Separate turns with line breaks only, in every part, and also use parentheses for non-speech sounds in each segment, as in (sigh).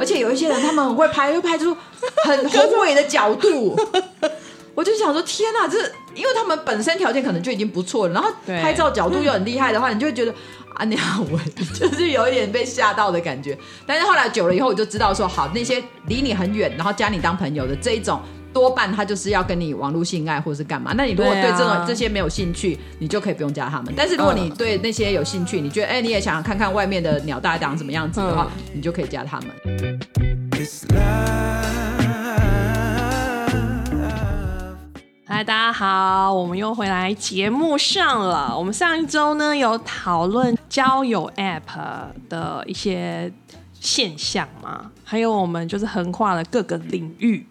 而且有一些人他们很会拍，又拍出很宏伟的角度。我就想说，天哪、这因为他们本身条件可能就已经不错了，然后
对
拍照角度又很厉害的话，你就会觉得啊，你好文，就是有一点被吓到的感觉。但是后来久了以后，我就知道说，好，那些离你很远，然后加你当朋友的这一种。多半他就是要跟你网络性爱或是干嘛？那你如果
对
对
啊
这种、这些没有兴趣，你就可以不用加他们。但是如果你对那些有兴趣，你觉得哎、你也想看看外面的鸟大家长什么样子的话，你就可以加他们。
This life.
嗨，大家好，我们又回来节目上了。我们上一周呢有讨论交友 App 的一些现象嘛，还有我们就是横跨了各个领域，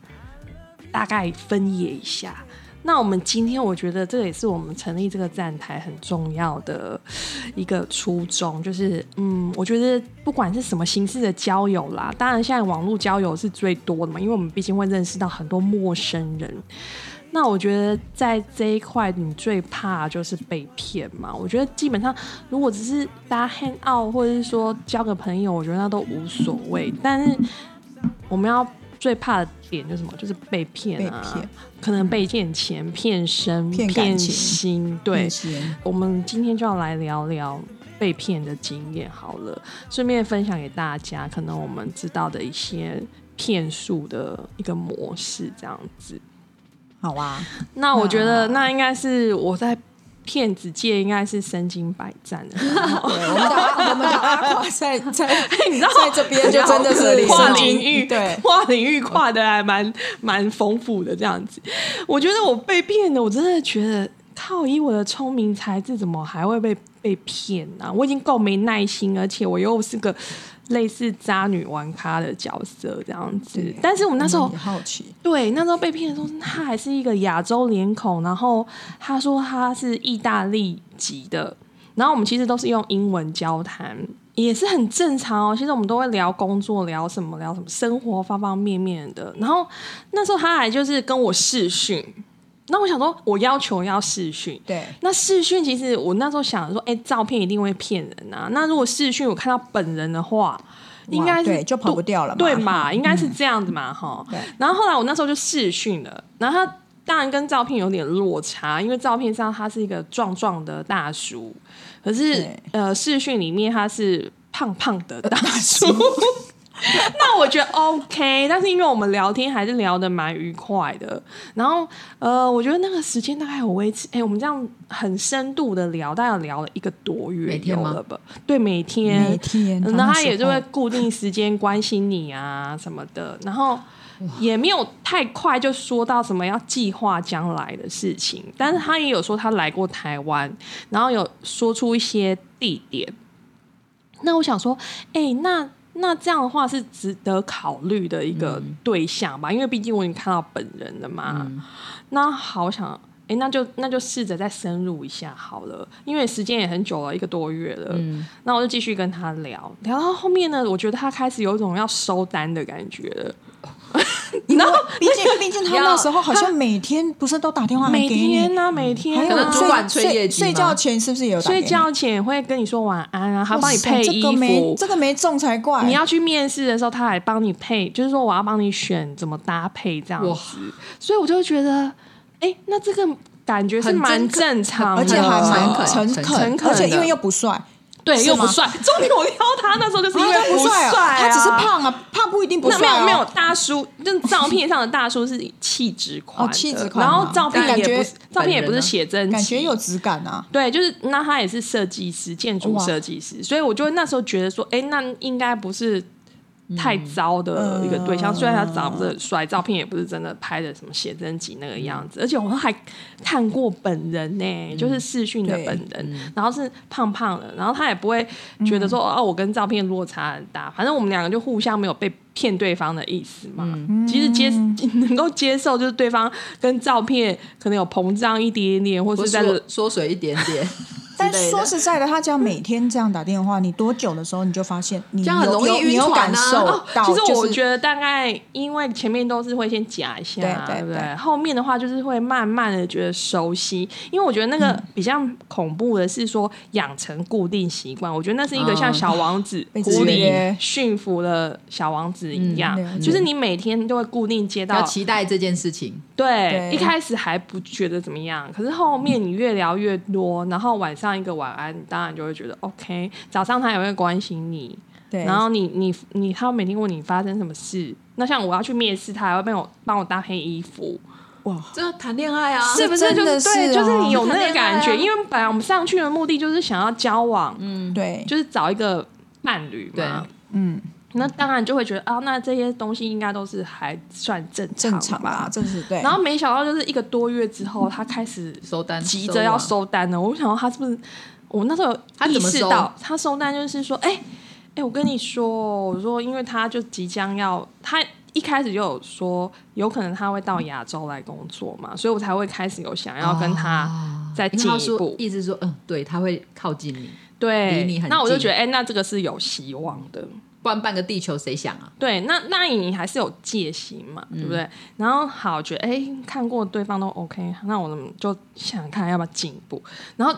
大概分野一下。那我们今天我觉得这也是我们成立这个站台很重要的一个初衷，就是嗯，我觉得不管是什么形式的交友啦，当然现在网络交友是最多的嘛，因为我们毕竟会认识到很多陌生人。那我觉得在这一块，你最怕就是被骗嘛。我觉得基本上，如果只是大家 hang out 或者是说交个朋友，我觉得那都无所谓。但是我们要最怕的点就是什么？就是被骗啊，
被骗
可能被骗钱、骗身、
骗感情嗯
心。对
那，些
我们今天就要来聊聊被骗的经验好了，顺便分享给大家，可能我们知道的一些骗术的一个模式这样子。
好啊，
那我觉得那应该是我在骗子界应该是身经百战的，
对，我们的阿我们的阿华在在
你知道
在这边 (laughs) 就真的是
跨
神
领
经
域，
对，
跨领域跨的还蛮蛮丰富的这样子。我觉得我被骗的，我真的觉得靠，以我的聪明才智，怎么还会被被骗呢、我已经够没耐心，而且我又是个类似渣女玩咖的角色这样子。但是我们那时候
也好奇，
对，那时候被骗的时候，他还是一个亚洲脸孔，然后他说他是意大利籍的，然后我们其实都是用英文交谈，也是很正常哦。其实我们都会聊工作，聊什么，聊什么生活方方面面的。然后那时候他还就是跟我视讯，那我想说，我要求要视讯，
对，
那视讯其实我那时候想说，哎、照片一定会骗人啊。那如果视讯我看到本人的话，应该是
对就跑不掉了嘛嗯
对
(laughs)
嘛？应该是这样子嘛，哈、
对
然后后来我那时候就视讯了，然后他当然跟照片有点落差，因为照片上他是一个壮壮的大叔，可是
对
呃视讯里面他是胖胖的大叔。 (laughs) 那我觉得 OK，但是因为我们聊天还是聊得蛮愉快的，然后呃，我觉得那个时间大概有维持，哎、我们这样很深度的聊，大概有聊了一个多月，
每天
有
吗
了吧？对，每天，
每天
嗯然后
他那
他
时
也就会
候
(laughs) 固定时间关心你啊什么的，然后也没有太快就说到什么要计划将来的事情，但是他也有说他来过台湾，然后有说出一些地点。那我想说，哎、那那这样的话是值得考虑的一个
嗯
对象吧，因为毕竟我已经看到本人了嘛。那好想，哎、那就那就试着再深入一下好了，因为时间也很久了，一个多月了。
嗯
那我就继续跟他聊，聊到后面呢，我觉得他开始有一种要收单的感觉了。
因为毕竟毕竟他
要
哦那时候好像每天不是都打电话来
每
给你嗯
天，呢、每天、
还
啊，
有
可能主
睡
管催业
睡
绩吗
睡觉前是不是也有打给
睡
你？
觉前会跟你说晚安啊，还
哇
帮你
塞
配衣
这个没
服。
这个没中才怪，
你要去面试的时候，他还帮你配，就是说我要帮你选怎么搭配这样
哇
子，所以我就觉得，哎、那这个感觉是
很
蛮
真恳
正常的，
而且还
诚
蛮
恳
诚
诚
恳，
恳
而且
的
因为又不帅，
对
是
又不
吗
帅。重点我挑他那时候就是因
啊
为
他不
帅、
帅哦，他只是。胖啊，胖不一定不
那没
帅
有
哦，
没有，大叔，那照片上的大叔是气质款的，
哦气质款
然后
啊
照片
但
也不
感
是
觉
照片也不
本人
是
啊
写真集，
感觉有质感啊，
对，就是那他也是设计师，建筑
哇
设计师，所以我就那时候觉得说，哎、那应该不是太糟的一个对象。
嗯嗯
虽然他长得不是很帅，照片也不是真的拍的什么写真集那个样子，而且我还看过本人呢、就是视讯的
对嗯
本人，然后是胖胖的，然后他也不会觉得说，哦，我跟照片落差很大。反正我们两个就互相没有被骗对方的意思嘛。
嗯
其实接 (laughs) 能够接受，就是对方跟照片可能有膨胀一点点，或
不是
是在
缩缩水一点点，类
但但
的。
说实在的，他只要每天这样打电话，你多久的时候你就发现你
这样很容易
有有
晕
你有
船啊
感受
(laughs)
到，
其实
就
我
是
觉得大概，因为前面都是会先夹一下，啊
对
对
对
不
对
后面的话就是会慢慢的觉得熟悉，因为我觉得那
嗯
个比较恐怖的是说养成固定习惯，我觉得那是一个像
嗯
小王子
(laughs) 被
狐
制
狸
约
驯服了小王子一样，
嗯了解
就是你每天都会固定接
要
(laughs) 到
期待这件事情，
对，
对
一开始还不觉得怎么样，可是后面你越聊越多，然后晚上一个晚安，你当然就会觉得 OK。早上他也会关心你，
对，
然后你你你，他每天问你发生什么事。那像我要去面试，他还会帮我帮我搭配衣服，
哇，
这谈恋爱啊，
是不是？就
哦真的
对，
是
就是
哦
你有那个感觉，
谈恋爱啊
因为本来我们上去的目的就是想要交往，
对，
就是找一个伴侣
对
嘛。
嗯，
那当然就会觉得啊，那这些东西应该都是还算正
正常
吧
吧，。这是对。
然后没想到就是一个多月之后，他开始
收单，
急着要
啊，
收单了。我想到他是不是？我那时候有
他
意
怎么
识
收
到他收单就是说，哎、哎、我跟你说哦，我说因为他就即将要，他一开始就有说，有可能他会到亚洲来工作嘛，所以我才会开始有想要跟他
啊
再
因为
进
他
一
说
步。
意思说，嗯，对，他会靠近你，
对，
离你很
那我就
近
觉得，哎、那这个是有希望的。
不然半个地球谁想啊？
对，那那你还是有戒心嘛，对不对？然后好，觉得哎、看过对方都 OK，那我们就想想看要不要进一步。然后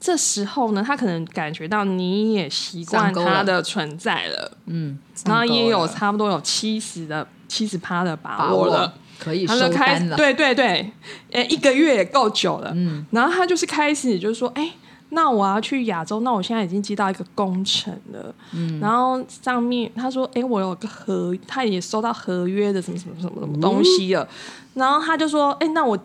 这时候呢，他可能感觉到你也习惯
上钩
他
了
的存在了，
嗯，
然后也有
上钩了
差不多有七十的七十趴的把
把
握
握
了。
可以
他
收
就开
单
始，
了，
对对对，呃，一个月也够久了。
嗯
然后他就是开始就是说，哎、那我要去亚洲，那我现在已经接到一个工程了。嗯，然后上面他说，哎、我有个合，他也收到合约的什么什么什么什么东西
嗯
了。然后他就说，哎、那我。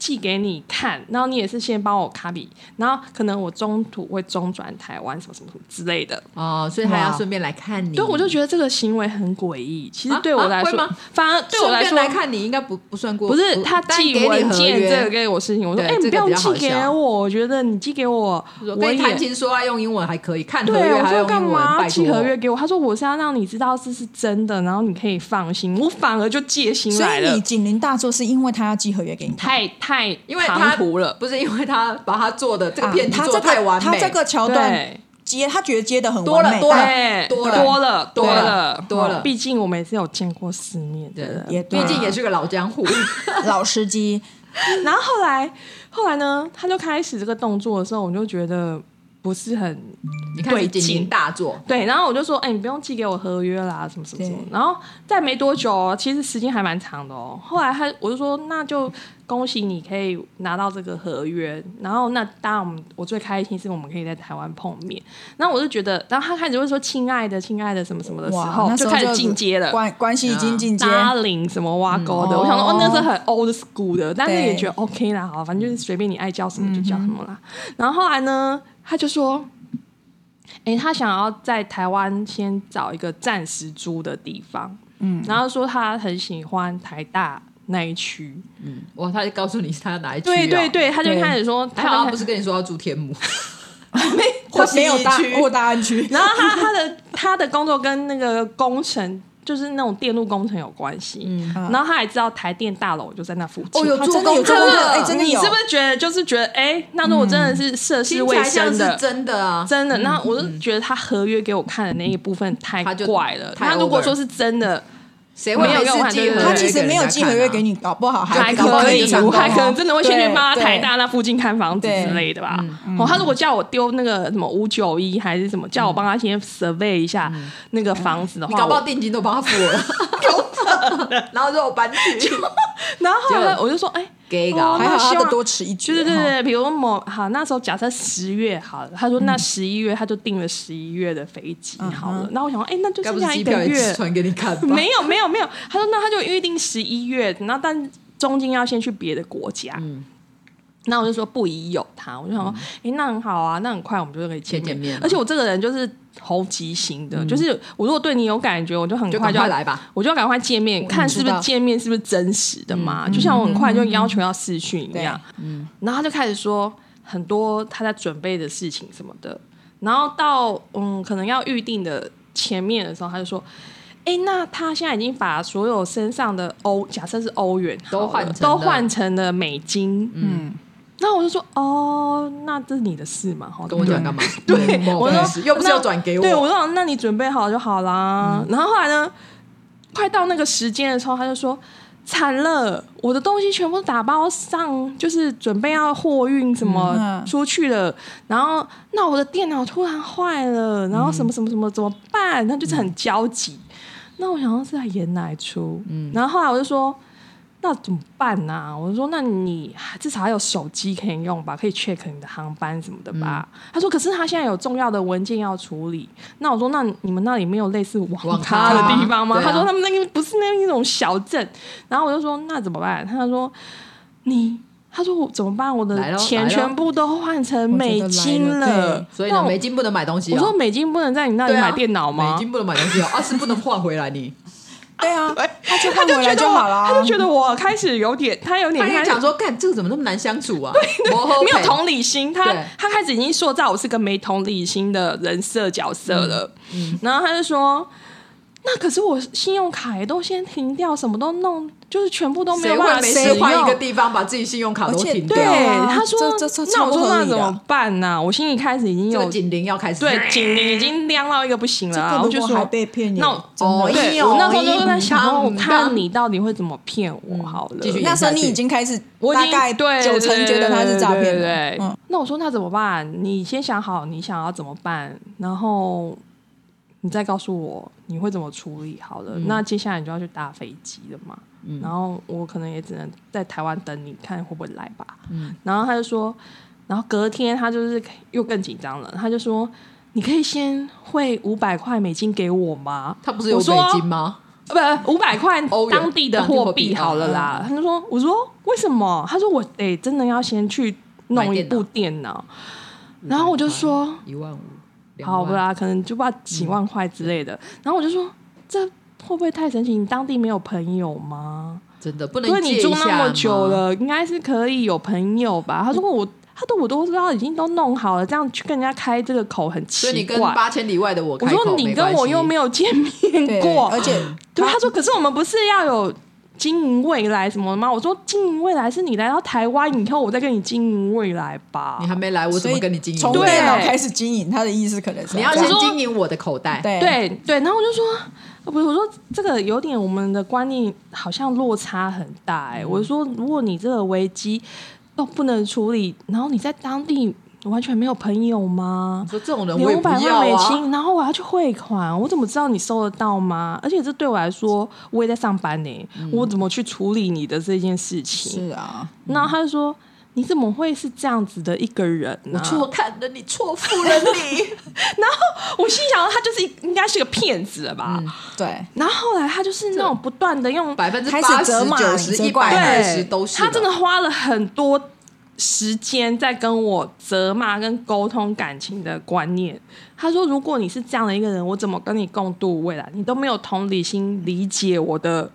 寄给你看，然后你也是先帮我 copy，然后可能我中途会中转台湾什么什么什么之类的，
哦，所以还要
哇
顺便来看你，
对，我就觉得这个行为很诡异。其实
啊
对我
啊
来
会
说，
吗
反而对我来
顺
说
便来看你应该不不算过，
不是他
但
寄
给你
文
合
件
约
这个给我事情，我说
对
哎、你
这
不
个
用
比较
寄
好
给
笑
我，我觉得你寄给我，我
跟
也
你谈情说爱用英文还可以，看合
对，
约
我
还
说
用
干
英文，
嘛
拜
寄
托。
合约给我？他说我是要让你知道这是真的，然后你可以放心。我反而就戒心
所
来
以
了
你，警铃大作是因为他要寄合约给你看，
太太
因为
唐
他
突了，
不是因为他把他做的这个骗局
啊他
做
这
得太
个
完美，
他这个桥段
对。
接，他觉得接的很
多了
完美
多了
但
对，
多了
多了，多
多了
了，哦
多了
毕竟我们也是有见过世面的人，
也
毕
对
竟也是个老江湖，
老司
(laughs)
机
然后后来，后来呢，他就开始这个动作的时候，我就觉得不是很
(laughs) 你看
对
警
劲
铃大作，
对，然后我就说，哎、你不用寄给我合约啦，什么什么什么
对。
然后再没多久哦，其实时间还蛮长的哦。后来他我就说，那就恭喜你可以拿到这个合约。然后那当然我们我最开心是我们可以在台湾碰面。然后我就觉得，然后他开始会说“亲爱的，亲爱的”什么什么的时
哇，
候，
那时
就
候
开始进阶了。啊
关关系已经进阶，
拉零什么挖沟的，我想说哦，
哦
那时候很 old school 的，但是
对
也觉得 OK 啦，好，反正就是随便你爱叫什么就叫什么啦。然后后来呢，他就说，哎、他想要在台湾先找一个暂时租的地方，嗯，然后说他很喜欢台大那一区，
哇，他就告诉你是他哪一区、啊，
对对，对，他就
对
开始说
还好
他
他不是跟你说要住天母，
(laughs)
或 (laughs) 没
或
有
信义
大
区
或大安区，
然后他他的他的工作跟那个工程。就是那种电路工程有关系，然后他还知道台电大楼就在那附近，
哦有
(laughs) 他
做
真的有
功
做
课
功课， (laughs) 哎，真
嗯
的
你
有
是不是觉得就是觉得哎、那如果真的是涉世
听起
未
来像
深
是
的，
真的啊，
真的，
嗯
那我就觉得他合约给我看的那一部分太
他就
怪了。
太
那如果
over
说是真的，
谁会
没有
没
用
事
啊
寄
对
合
对
约、
对
他其实没有寄合约给
你
你，搞不好
还
还搞不好
可
你
以
就，上
我
钩
还
哦
可能真的会先去帮他
对
台大那附近看房子
对嗯
之类的吧。哦，他如果叫我丢那个什么五九一还是什么，叫我帮他先 survey 一下
嗯
那个房子的
看啊，你搞
话，
不好
我
定金都帮他付我了， (laughs) 然后说我搬去，
然后后来
结果
我就说，哎，
给
哦
搞
还好
希
他
望
的多吃一句，
对对对
哈
对，比如某好那时候假设十月好了，他说
嗯
那十一月他就订了十一月的飞机好了，那我想说，哎，那就
该
剩
不是
下一
机
个
票
月
也传给你看吧？
(laughs) 没有没有没有，他说那他就预定十一月，然后但中间要先去别的国家。
嗯
那我就说不宜有他，我就想说，哎、那很好啊，那很快我们就可以见
见面了嗯
而且我这个人就是猴急型的，就是我如果对你有感觉，我就很
就
快
赶
就要
快来吧，
我就要赶快见面，看是不
知
是
道
见面是不是真实的嘛？就像我很快就要求要视讯一样，嗯，然后他就开始说很多他在准备的事情什么的，然后到嗯可能要预定的前面的时候，他就说。哎，那他现在已经把所有身上的欧，假设是欧元好了
都换成了
都换成了美金，嗯，那我就说哦，那这是你的事嘛，哈，
跟我讲干嘛？ (laughs)
对，
嗯
我
关
说
系又不是
那
要转给我，嗯
对我说那你准备好就好啦。然后后来呢，快到那个时间的时候，他就说惨了，我的东西全部打包上，就是准备要货运什么
嗯
出去了。然后那我的电脑突然坏了，然后
嗯
什么什么什么怎么办？那就是很焦急。那我想要是在演哪一出？
嗯
然后后来我就说。那怎么办呢、我就说，那你至少还有手机可以用吧，可以 check 你的航班什么的吧。他说，可是他现在有重要的文件要处理。那我说，那你们那里没有类似网
网
咖
咖
的地方吗？
对啊
他说他们那个不是那一种小镇。然后我就说，那怎么办？他说，你。他说我怎么办？我
来
的
咯
钱
来咯
全部都换成美金
我觉得来了
所以
那
呢
我
没进步能买东西
我
哦。
说美金不能在你那里
对啊
买电脑吗？
美金不能买东西哦， (laughs) 啊是不能换回来
(laughs)
你。
对啊，他就
哎他
换
就
回
觉
来
得
就
我
好了。
他就觉得我开始有点，他有点
他
开
也
始
讲说，干这个怎么那么难相处啊？ (laughs) 对
没有同理心，他
对
他开始已经塑造我是个没同理心的人设角色了。
嗯
然后他就说：“那可是我信用卡也都先停掉，什么都弄，就是全部都没有
谁
办
会
法
没
使
事
用。”
换一个地方把自己信用卡
而
都
且
停
对
掉？
啊，
他说
这这这：“
那我
超
说
合
那
理
怎
的
么办呢、我心里开始已经
这个
有
警铃要开始
对警铃已经亮到一个不行了、
这
啊，
个
我
如
就
果
说
还被哎骗也
那我
真
哦
的
因为
对，
骗
我那
我
时候就
一
在想说，
嗯
我看
嗯
你到底会怎么骗我好了。
继续
那时候你已经开始，
我已
大
经
概
对
九成觉得他是诈
对
骗
对
了。
对对
嗯
那我说那怎么办？你先想好你想要怎么办，然后你再告诉我你会怎么处理好
嗯
了。那接下来你就要去搭飞机了嘛。然后我可能也只能在台湾等你看会不会来吧。
嗯
然后他就说，然后隔天他就是又更紧张了，他就说。你可以先汇五百块美金给我吗？
他不是有
我
美
说
金吗？
不，呃五百块
欧元
当地的货币好了啦。
嗯
他就说：“我说为什么？”他说：“我得真的要先去弄一部电脑。”然后我就说
一万五，：“两
好
万
啦，可能就不知道几万块之类的。然后我就说：“这会不会太神奇？你当地没有朋友吗？
真的不
因为
能借
你
一下
住那么
吗
久，了，应该是可以有朋友吧？”他说：“我。”他都我都知道已经都弄好了，这样去跟人家开这个口很奇
所以你跟
怪。
八千里外的我
我
开口，
说你跟我又没
有
有见面
嗯对
过，啊
而且
对，他说：“可是我们不是要有经营未来什么的吗？”我说：“经营未来是你来到台湾以后，我再跟你经营未来吧
你。还没来，我怎
所
么
以
跟你经营？
从
对
电脑开始经营，他的意思可能是
你要
这
先
样
说
经营我的口袋。
对
对对，然后我就说：“呃不是，我说这个有点我们的观念好像落差很大、
嗯
欸。我说：“如果你这个危机都不能处理，然后你在当地完全没有朋友吗？”
你说这种人我也
连五
不
百
要
万美
啊，
金，然后我要去汇款，我怎么知道你收得到吗？而且这对我来说，我也在上班呢、
嗯
我怎么去处理你的这件事情？
是啊，
然后他就说：“你怎么会是这样子的一个人、啊？”我
错看了你，错付了你。
(laughs) 我心想他就是应该是个骗子了吧？
对，
然后后来他就是那种不断的用
嗯百分之
开
八十
始责骂、
九十、一
责
百
怪
二
对
十都是。
他真的，花了很多时间在跟我责骂、跟沟通感情的观念。他说：“如果你是这样的一个人，我怎么跟你共度未来？你都没有同理心理解我的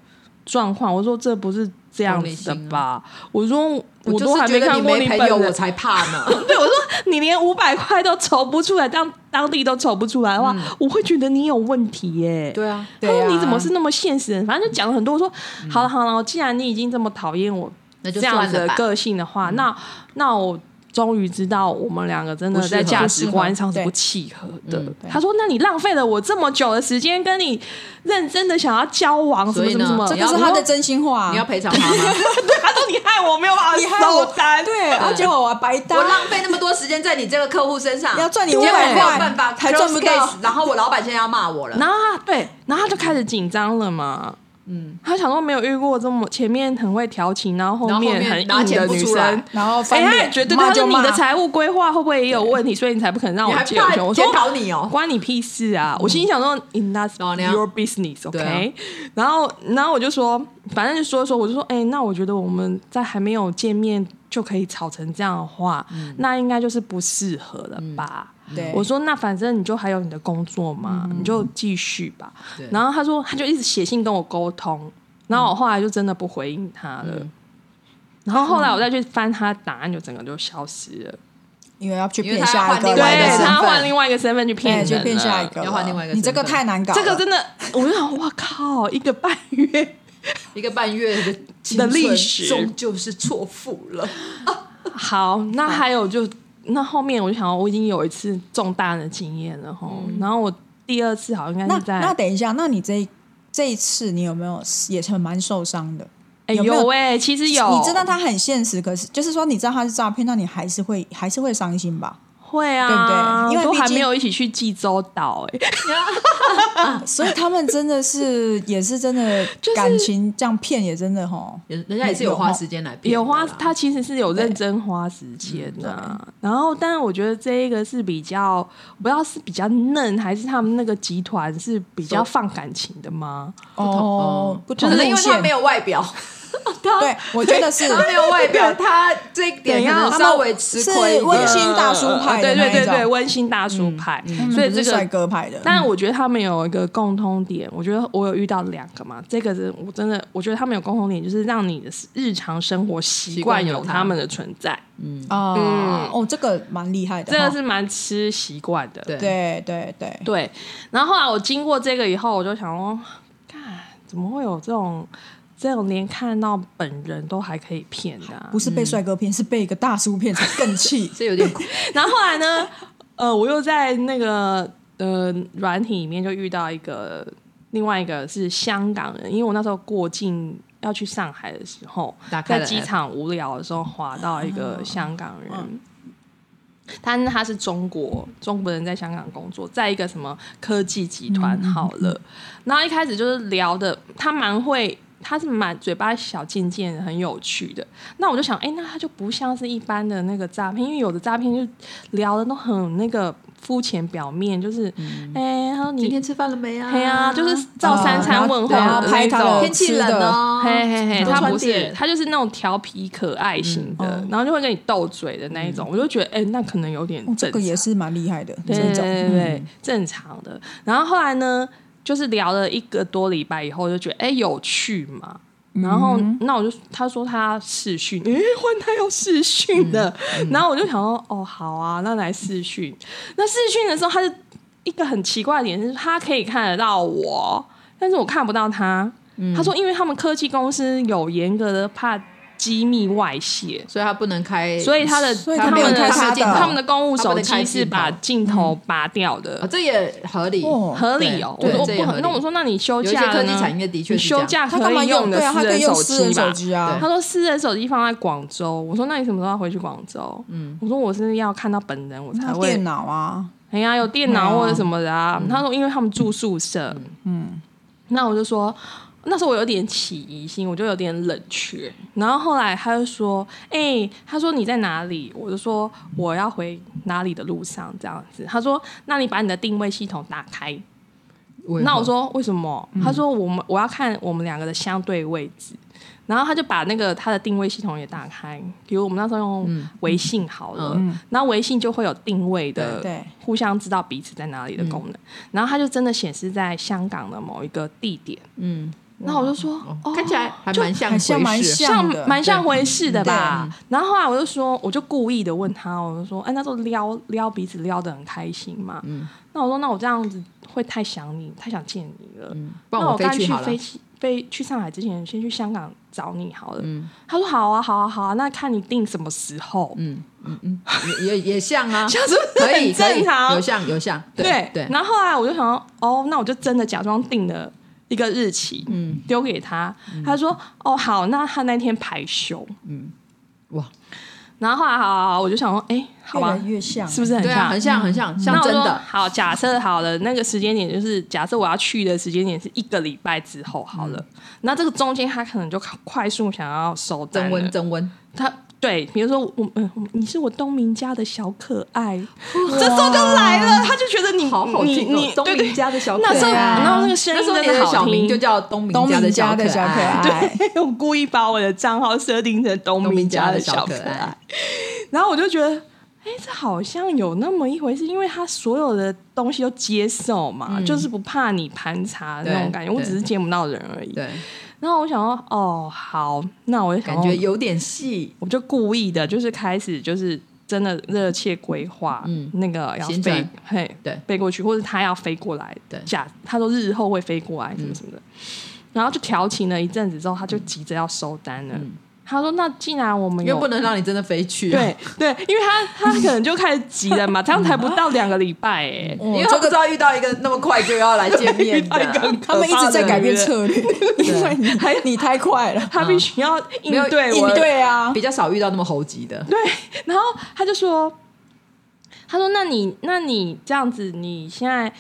状况。”我说：“这不是这样子的吧？”我说：“我
啊就
都还
是觉得
看过
没
本
朋友，我
人。”
才怕呢。
对，我说你连五百块都筹不出来，当当地都筹不出来的话，我会觉得你有问题耶、
嗯对啊，嗯
他说
对啊
你怎么是那么现实人？反正就讲了很多。我说好了好了，既然你已经这么讨厌我
那就
这样
算
子的
了吧。嗯
个性的话，那那我终于知道我们两个真的
不适合
在价值观上
不适
是
合
不契合的
嗯。
对
他说：“那你浪费了我这么久的时间，跟你认真的想要交往，什
所
么
以
什
呢
么什么。”
这
你要
个是他的真心话啊。
你要赔偿他吗？
(laughs) 对，他说：“你害我没有办法
你害我
收单。”
对，而且我白搭
我。浪费那么多时间在你这个客户身上，
啊要赚你
结果
500
没有
块
办法，
还赚不到
close case，然后我老板现在要骂我了。
然后他对，然后他就开始紧张了嘛。嗯，他想说没有遇过这么前面很会调情，然后后
然后后
面
面
很硬
拿
的
钱不
女
出来
生。
然后
哎，
翻
他也
脸，
觉得
骂
他
就
说你
骂
的财务规划会不会也有问题，所以你才不肯让
你
我
还
借我
怕
钱。我
检
说
讨你哦？
关你屁事啊！我心里
(laughs)
想说，in that's
老娘
your
嗯
business，OK？、
对啊
然后，然后我就说，反正就说说，我就说，哎、那我觉得我们在还没有见面就可以吵成这样的话，
嗯
那应该就是不适合了吧？
对
我说那反正你就还有你的工作嘛，
嗯
你就继续吧
对。
然后他说他就一直写信跟我沟通，然
嗯
后我后来就真的不回应他了。然后后来我再去翻他答案，就整个就消失了。
因为要去
因为
骗
他要
下
换
一个
另外
人
一个
的
对
身
身
他
份
换另外一个身份去骗
哎
人
去
了
骗下一个了，
要换另外一个
你这
身份
个太难搞了，
这个真的，我就想，哇靠，一个半月 (laughs)
一个半月的青
的历
春
史
终究是错付了。
好，那还有就那后面我就想到，我已经有一次重大的经验了哈，然后我第二次好像应该
嗯那
是在
那等一下，那你这一这一次你有没有也是蛮受伤的？
哎
有没有
有哎、其实有，
你知道他很现实，可是就是说你知道他是诈骗，那你还是会还是会伤心吧？
会
对
啊，
不对因为
都
毕竟
还没有一起去济州岛
(laughs)
哎、
所以他们真的是也是真
(laughs)
的
是
感情这样骗也真的吼，
人人家也是有花时间来变，
有花，他其实是有认真花时间的、
嗯
然后，但是我觉得这一个是比较，我不知道是比较嫩，还是他们那个集团是比较放感情的吗？
哦，不
就
同
是因
路
为他
线
没。有外表，
对，我觉
(laughs)
得是
(laughs) 他没有外表，他这一点可
等一
能
下
稍微吃
是
亏一点。
温馨呃大叔派的
呃对
那
对
一种
对对，温馨大叔派，所以
嗯不
这
是帅
个。
哥派的。
但我觉得他们有一个共通点，我觉得我有遇到两个嘛，这个是我真的，我觉得他们有共通点，就是让你的日常生活习惯
习惯
有
有他
他们的存在，
啊，哦，这个蛮厉害的
这
哈，
个嗯是蛮吃习惯的。
对。
对对对，
对，然后后来我经过这个以后，我就想说，看怎么会有这种这种连看到本人都还可以骗的、啊
不？是被帅哥骗，是被一个大叔骗才更气
这有点苦，
然后后来呢，呃，我又在那个呃软体里面就遇到一个另外一个是香港人，因为我那时候过境。要去上海的时候
打，开
在
了
机
app
场无聊的时候，滑到一个香港人，但他是中国中国人在香港工作，在一个什么科技集团好了。然后一开始就是聊的，他蛮会，他是蛮嘴巴小贱贱的，很有趣的。那我就想，哎、那他就不像是一般的那个诈骗，因为有的诈骗就聊的都很那个肤浅表面，就是哎，然后、
今
你
天吃饭了没啊？哦
哎呀、就是照三餐问
对
话
啊
的那种、
拍他的
天气冷哦，
嘿嘿嘿，
多
他
穿
不是，
点
他就是那种调皮可爱型的，然后就会跟你斗嘴的那一种，我就觉得，哎、那可能有点
哦
正常，
这个也是蛮厉害的，
对
这
对
种嗯
对对，正常的。然后后来呢，就是聊了一个多礼拜以后，就觉得哎、有趣嘛。然后、那我就他说他试训，嗯嗯诶、换他要试训的，然后我就想说哦好啊，那来试训。那试训的时候，他是一个很奇怪的点，就是他可以看得到我，但是我看不到他。他说因为他们科技公司有严格的怕机密外泄，
所以他不能开，
所以他的
以
他
他没有
们的
开他的
镜头他们的公务手机是
他
把
不能开镜头
镜头拔掉
啊
的，
这也合理。
哦，
合理哦。我
对
说我
这也
不
合
很，
理
那我说那你休
有一些
假
科
了
技产
呢？
业的确
你
是这
休
样，
假
他干
可
嘛
以
用？
的
对啊，他
私
可以
人
用
手
私人
机
手
吧？
机啊
对。
他说私人手机放在广州，我说那你什么时候要回去广州？嗯，我说我是要看到本人我才
他
会
电，脑啊，
哎呀有电脑或者什么的啊。他说因为他们住宿舍，嗯，那我就说。那时候我有点起疑心，我就有点冷却。然后后来他就说：“哎、他说你在哪里？”我就说我要回哪里的路上这样子。他说：“那你把你的定位系统打开。”那我说为什么？他说我们我要看我们两个的相对位置。然后他就把那个他的定位系统也打开，比如我们那时候用微信好了，然后微信就会有定位的，
对对
互相知道彼此在哪里的功能。然后他就真的显示在香港的某一个地点。嗯，那我就说，哦，
看起来还蛮像
还像
回
蛮
事
像
像
的
蛮像回事的吧
对。
然后后来我就说，我就故意的问他，我就说，哎，那时候撩撩彼此撩的很开心嘛。
嗯
那我说，那我这样子会太想你，太想见你了。
不然
那
嗯我
我
飞
干脆
去好了
飞。去飞去上海之前，先去香港找你好了。
嗯
他说好啊，好啊，好啊，那看你定什么时候。
嗯
(laughs)
也也也像啊，
像是不是
可以
很正
可以
常
有像有像，
对
对对，
然后后来我就想说，哦，那我就真的假装定了一个日期，嗯，丢给他。他说，哦，好，那他那天排休，嗯，
哇。
然后后来，好好好，我就想说，哎，好
越来
吧，
越像，
是不是很
对啊，
像？嗯
很像很像
那
像
我
真
说
的，
好，假设好了，那个时间点就是假设我要去的时间点是一个礼拜之后好了，
嗯
那这个中间他可能就快速想要收
增
单了
温增温，
他对，比如说我，嗯，你是我东明家的小可爱，这时候就来了，他就觉得你
好好
你
听
你
哦，东
对对
明，家的小可
那时候
爱啊，
然后那个声
那
音
时候
真
你的
好
小名
听，
就叫东明
东
家
明
的
家的
可
小可
爱，
爱，
(laughs) 我故意把我的账号设定成东
东
明
明
家
家
的
的
小
小
可
可
爱
爱，
然后我就觉得，哎，这好像有那么一回事，因为他所有的东西都接受嘛，就是不怕你盘查的那种
嗯对
感觉，我
对
只是见不到人而已。
对，
然后我想说，哦，好，那我就想
感
说
觉有点细，
我就故意的，就是开始就是真的热切规划，
嗯
那个要
行
飞
程，
嘿，
对
飞过去，或者他要飞过来，
对嗯
假他说日后会飞过来什么什么的，然后就调情了一阵子之后，他就急着要收单了，他说：“那既然我们
因
有
为不能让你嗯真的飞去、啊。
对，对，因为他他可能就开始急
(laughs)
了嘛，他们才不到两个礼拜哎、
因为
哦，
他
这
不知
个
道遇到一个那么快就要来见面
(laughs) 遇到一个
的
很，
他们一直在改变策略，因为你
(laughs) 还
你太快了，
他必须要应
没有
对
应
我
对啊，
比较少遇到那么猴急的。
对，然后他就说，他说那你那你这样子，你现在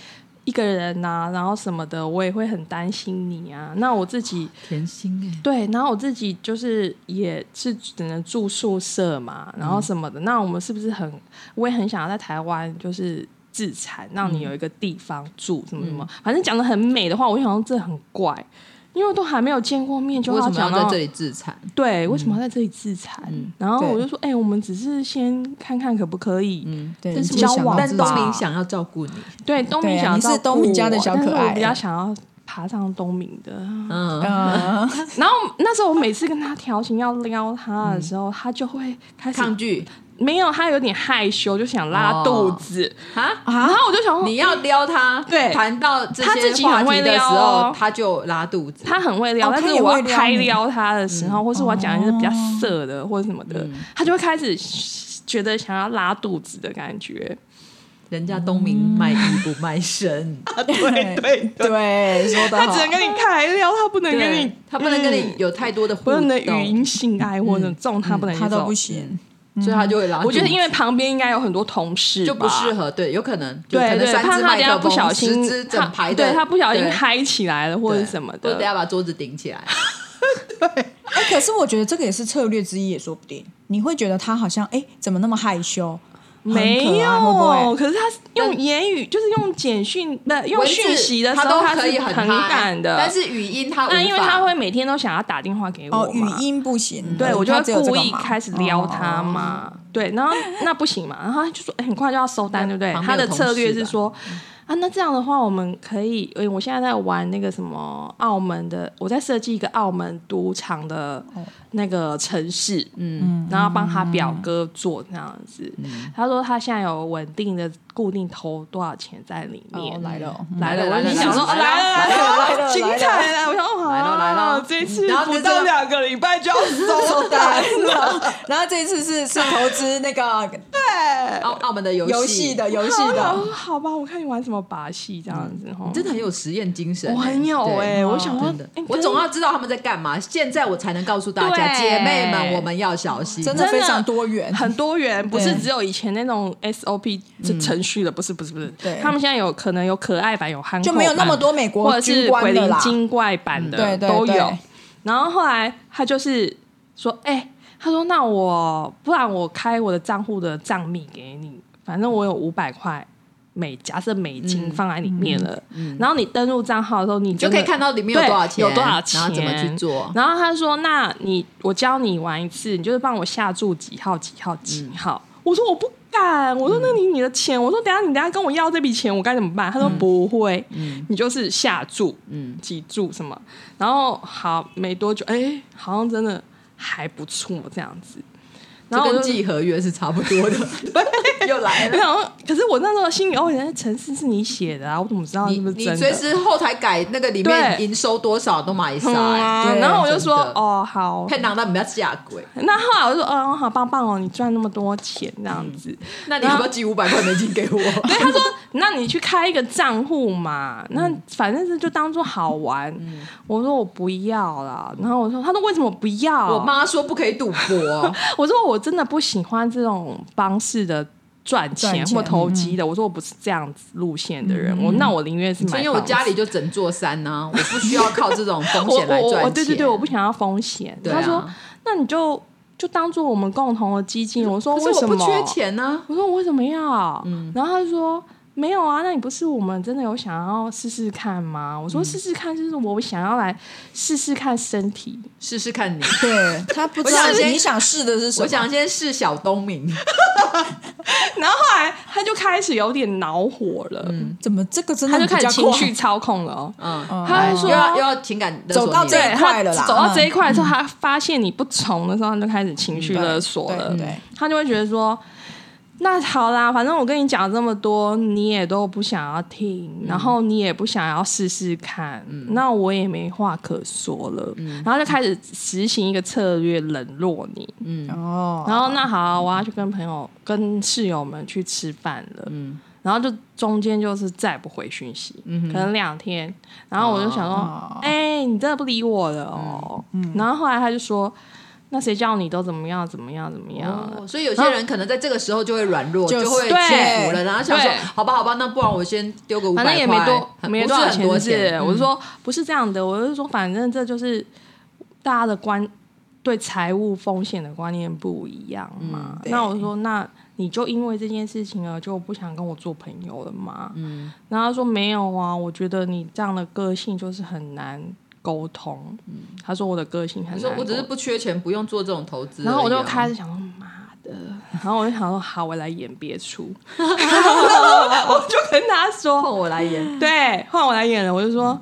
一个人呐、然后什么的，我也会很担心你啊。那我自己
甜心哎、
对，然后我自己就是也是只能住宿舍嘛，
嗯
然后什么的。那我们是不是很，我也很想要在台湾就是。自产，让
嗯
你有一个地方住，什么什么，反正讲的很美的话，我就想说这很怪，因为都还没有见过面，就
为
要
什么
讲
要
到
在这里自残？
对，为什么要在这里自残？然后
嗯对
我就说，哎、我们只是先看看可不可以。
对，
但是
你就
交
想
往
到
但
自己
东明想要照顾你，
对，东明
嗯对啊
想要
你是
照顾
东明家的
我
小
但
可
是我
爱
比较想要爬上东明的。
嗯，
嗯，
然后那时候我每次跟他调情要撩他的时候，他就会开始
抗拒
没有，他有点害羞，就想拉肚子。
啊。
哦
然后我就想说，
你要撩他，
对
谈到这
他自
些
己很
话
会
题的时
撩
候
哦，
他就拉肚子。
他很会撩，
哦
但
他
是
也
我要
会撩
开
你嗯哦
撩他的时候，或是我要讲一些比较色的、或者什么的，他就会开始觉得想要拉肚子的感觉。
人家东明卖艺不卖
(laughs)
身，
啊
对对 (laughs) 对，说的
他只能
好，
跟你开撩，他不能跟
哦对
你，
他不能跟
嗯
你有太多的互
不能
动，嗯
语音性爱或者这种，他不能接受
他都不。行，
所以他就会拉肚子。
我觉得因为旁边应该有很多同事，
就不适
合。
合，对，有可能，就可
对
能
对，
三
怕
只
他等
麦
下
克
不
风，
小
十
心，
只
他
整排的，
对他不小心
对
嗨起来了或者什么
或者等
的。
下把桌子顶起来，
哎，可是我觉得这个也是策略之一，也说不定，你会觉得他好像哎，怎么那么害羞？很可爱
没
会不会
有，可是他用言语，就是用简讯，不用
文字
讯息的时
他
候，
都
他
可以
是
很
敢的。
但是语音他无法
那因为他会每天都想要打电话给我
哦，语
嘛，
音不行，
对我就
嗯他
会
只有这
故
个
意
嘛
开始撩他
哦
嘛，对，然后那不行嘛，然后他就说、哎很快就要收单，对不对？
旁
他
边有
的策略
同事
是
吧
说。
嗯
啊，那这样的话，我们可以，哎、我现在在玩那个什么澳门的，我在设计一个澳门赌场的
哦
那个城市，嗯，然后帮他表哥做那样子。
嗯
他说他现在有稳定的固定投多少钱在里面，
哦来了 (laughs) 哦，
来了，
来了来
我就
了
想说
来
来
了
了
来了来了
精彩了！我想哦
来了来了
啊这次
然后
不
这
到
个
两个礼拜就要收
单
单，
了。 (laughs) 然后这一次是是投资那个
澳澳门的游
(laughs) 游戏
戏，
的游戏
我想 (laughs)
的，
说好吧，我看你玩什么把戏这样子哈，
真的很有实验精神欸，
我很有
对
哎，我想说
真的，
哎
我总要知道他们在干嘛，现在我才能告诉大家，
对
姐妹们，我们要小心。
真
真
的
的
非常多元
可是。很多元，不是
对
只有以前那种 SOP 这程序的，不是不是不是，
对
他们现在有可能有可爱版，有嗯憨厚
就没有那么
版
多美国
或者是
军官
鬼
的
灵
啦
精怪版的，
对对
都
对
有。然后后来他就是说，哎、他说那我不然我开我的账户的账密给你，反正我有五百块。美假设美金放在里面了，然后你登录账号的时候，你
你就可以看到里面有
对
多少钱，
有多少钱，
然后怎么去做。
然后他说：“那你我教你玩一次，你就是帮我下注几号几号几号。
嗯
我说：“我不敢。”我说：“那你你的钱，我说等一下你等一下跟我要这笔钱，我该怎么办？”他说：“不会，你就是下注，
嗯
几注什么。”然后好没多久，哎，好像真的还不错这样子。然
这
后我
跟
就
记合约是差不多
(laughs)
的，又来
我
了。
想说，可是我那时候心里哦，原来城市是你写的啊，我怎么知道
(laughs) 你
是不是
你
真
随
的？
时后台改那个里面
对
营收多少都买晒
嗯，啊，
对
然后我就说
真的
哦，好，
骗人，但不要下鬼。
(laughs) 那后来我就说，嗯，好棒棒哦，你赚那么多钱这样子。
那你要不要寄五百块美金给我？
(laughs) 对，他说，那你去开一个账户嘛，
嗯
那反正是就当做好玩。我说我不要啦，然后我说，他说为什么不要？
我妈说不可以赌博，
我说我真的不喜欢这种方式的。赚钱
赚钱
或投机
嗯
的，我说我不是这样子路线的人，我那我宁愿是买
因为我
房
家
子
里就整座山呢，我不需要靠这种风
我
险来
我
赚
我
钱。
对对对，我不想要风险。
对啊
他说那你就就当做我们共同的基金。我说
可
为
是
什
我
么？
不缺钱啊呢。
我说我为什么要？然后他就说没有啊，那你不是我们真的有想要试试看吗？我说试试看，就是我想要来试试看身体。
试试看你，
对他不知
我
道
想先
你想试的是什么，
我想先试小东明，
然后后来他就开始有点恼火了，
怎么这个真
嗯他
的
就
比较
开
快
始情绪操控了哦。
嗯，
他就
又
说
要又要情感勒索
走到
你
这
了
一
对
块了啦嗯
他走到这一块的时候，他发现你不从的时候，他就开始情绪勒索了。
嗯对对对
他就会觉得说。那好啦，反正我跟你讲这么多，你也都不想要听，然后
嗯
你也不想要试试看，那我也没话可说了。
嗯
然后就开始实行一个策略，冷落你。
哦，
然后那好、啊我要去跟朋友、跟室友们去吃饭了。然后就中间就是再不回讯息，可能两天。然后我就想说，哎、你真的不理我了哦。然后后来他就说，那谁叫你都怎么样怎么样怎么样？
哦，所以有些人可能在这个时候就会软弱，
就
就是会
对
屈服了，然后想说
对，
好吧，好吧，那不然我先丢个五百
反正
块，
也没多
很
没
不
多
是
少
很多
钱是，
嗯
我是说不是这样的，我是说反正这就是大家的观对财务风险的观念不一样
嗯
嘛。
对
那我说那。你就因为这件事情而就不想跟我做朋友了吗？嗯，然后他说没有啊，我觉得你这样的个性就是很难沟通。他说我的个性很难
我嗯说
沟通，
我只是不缺钱，不用做这种投资而已啊。
然后我就开始想说妈的， (laughs) 然后我就想说好，我来演别处， (laughs) 我就跟他说
换我来演，
对，换我来演了。我就说，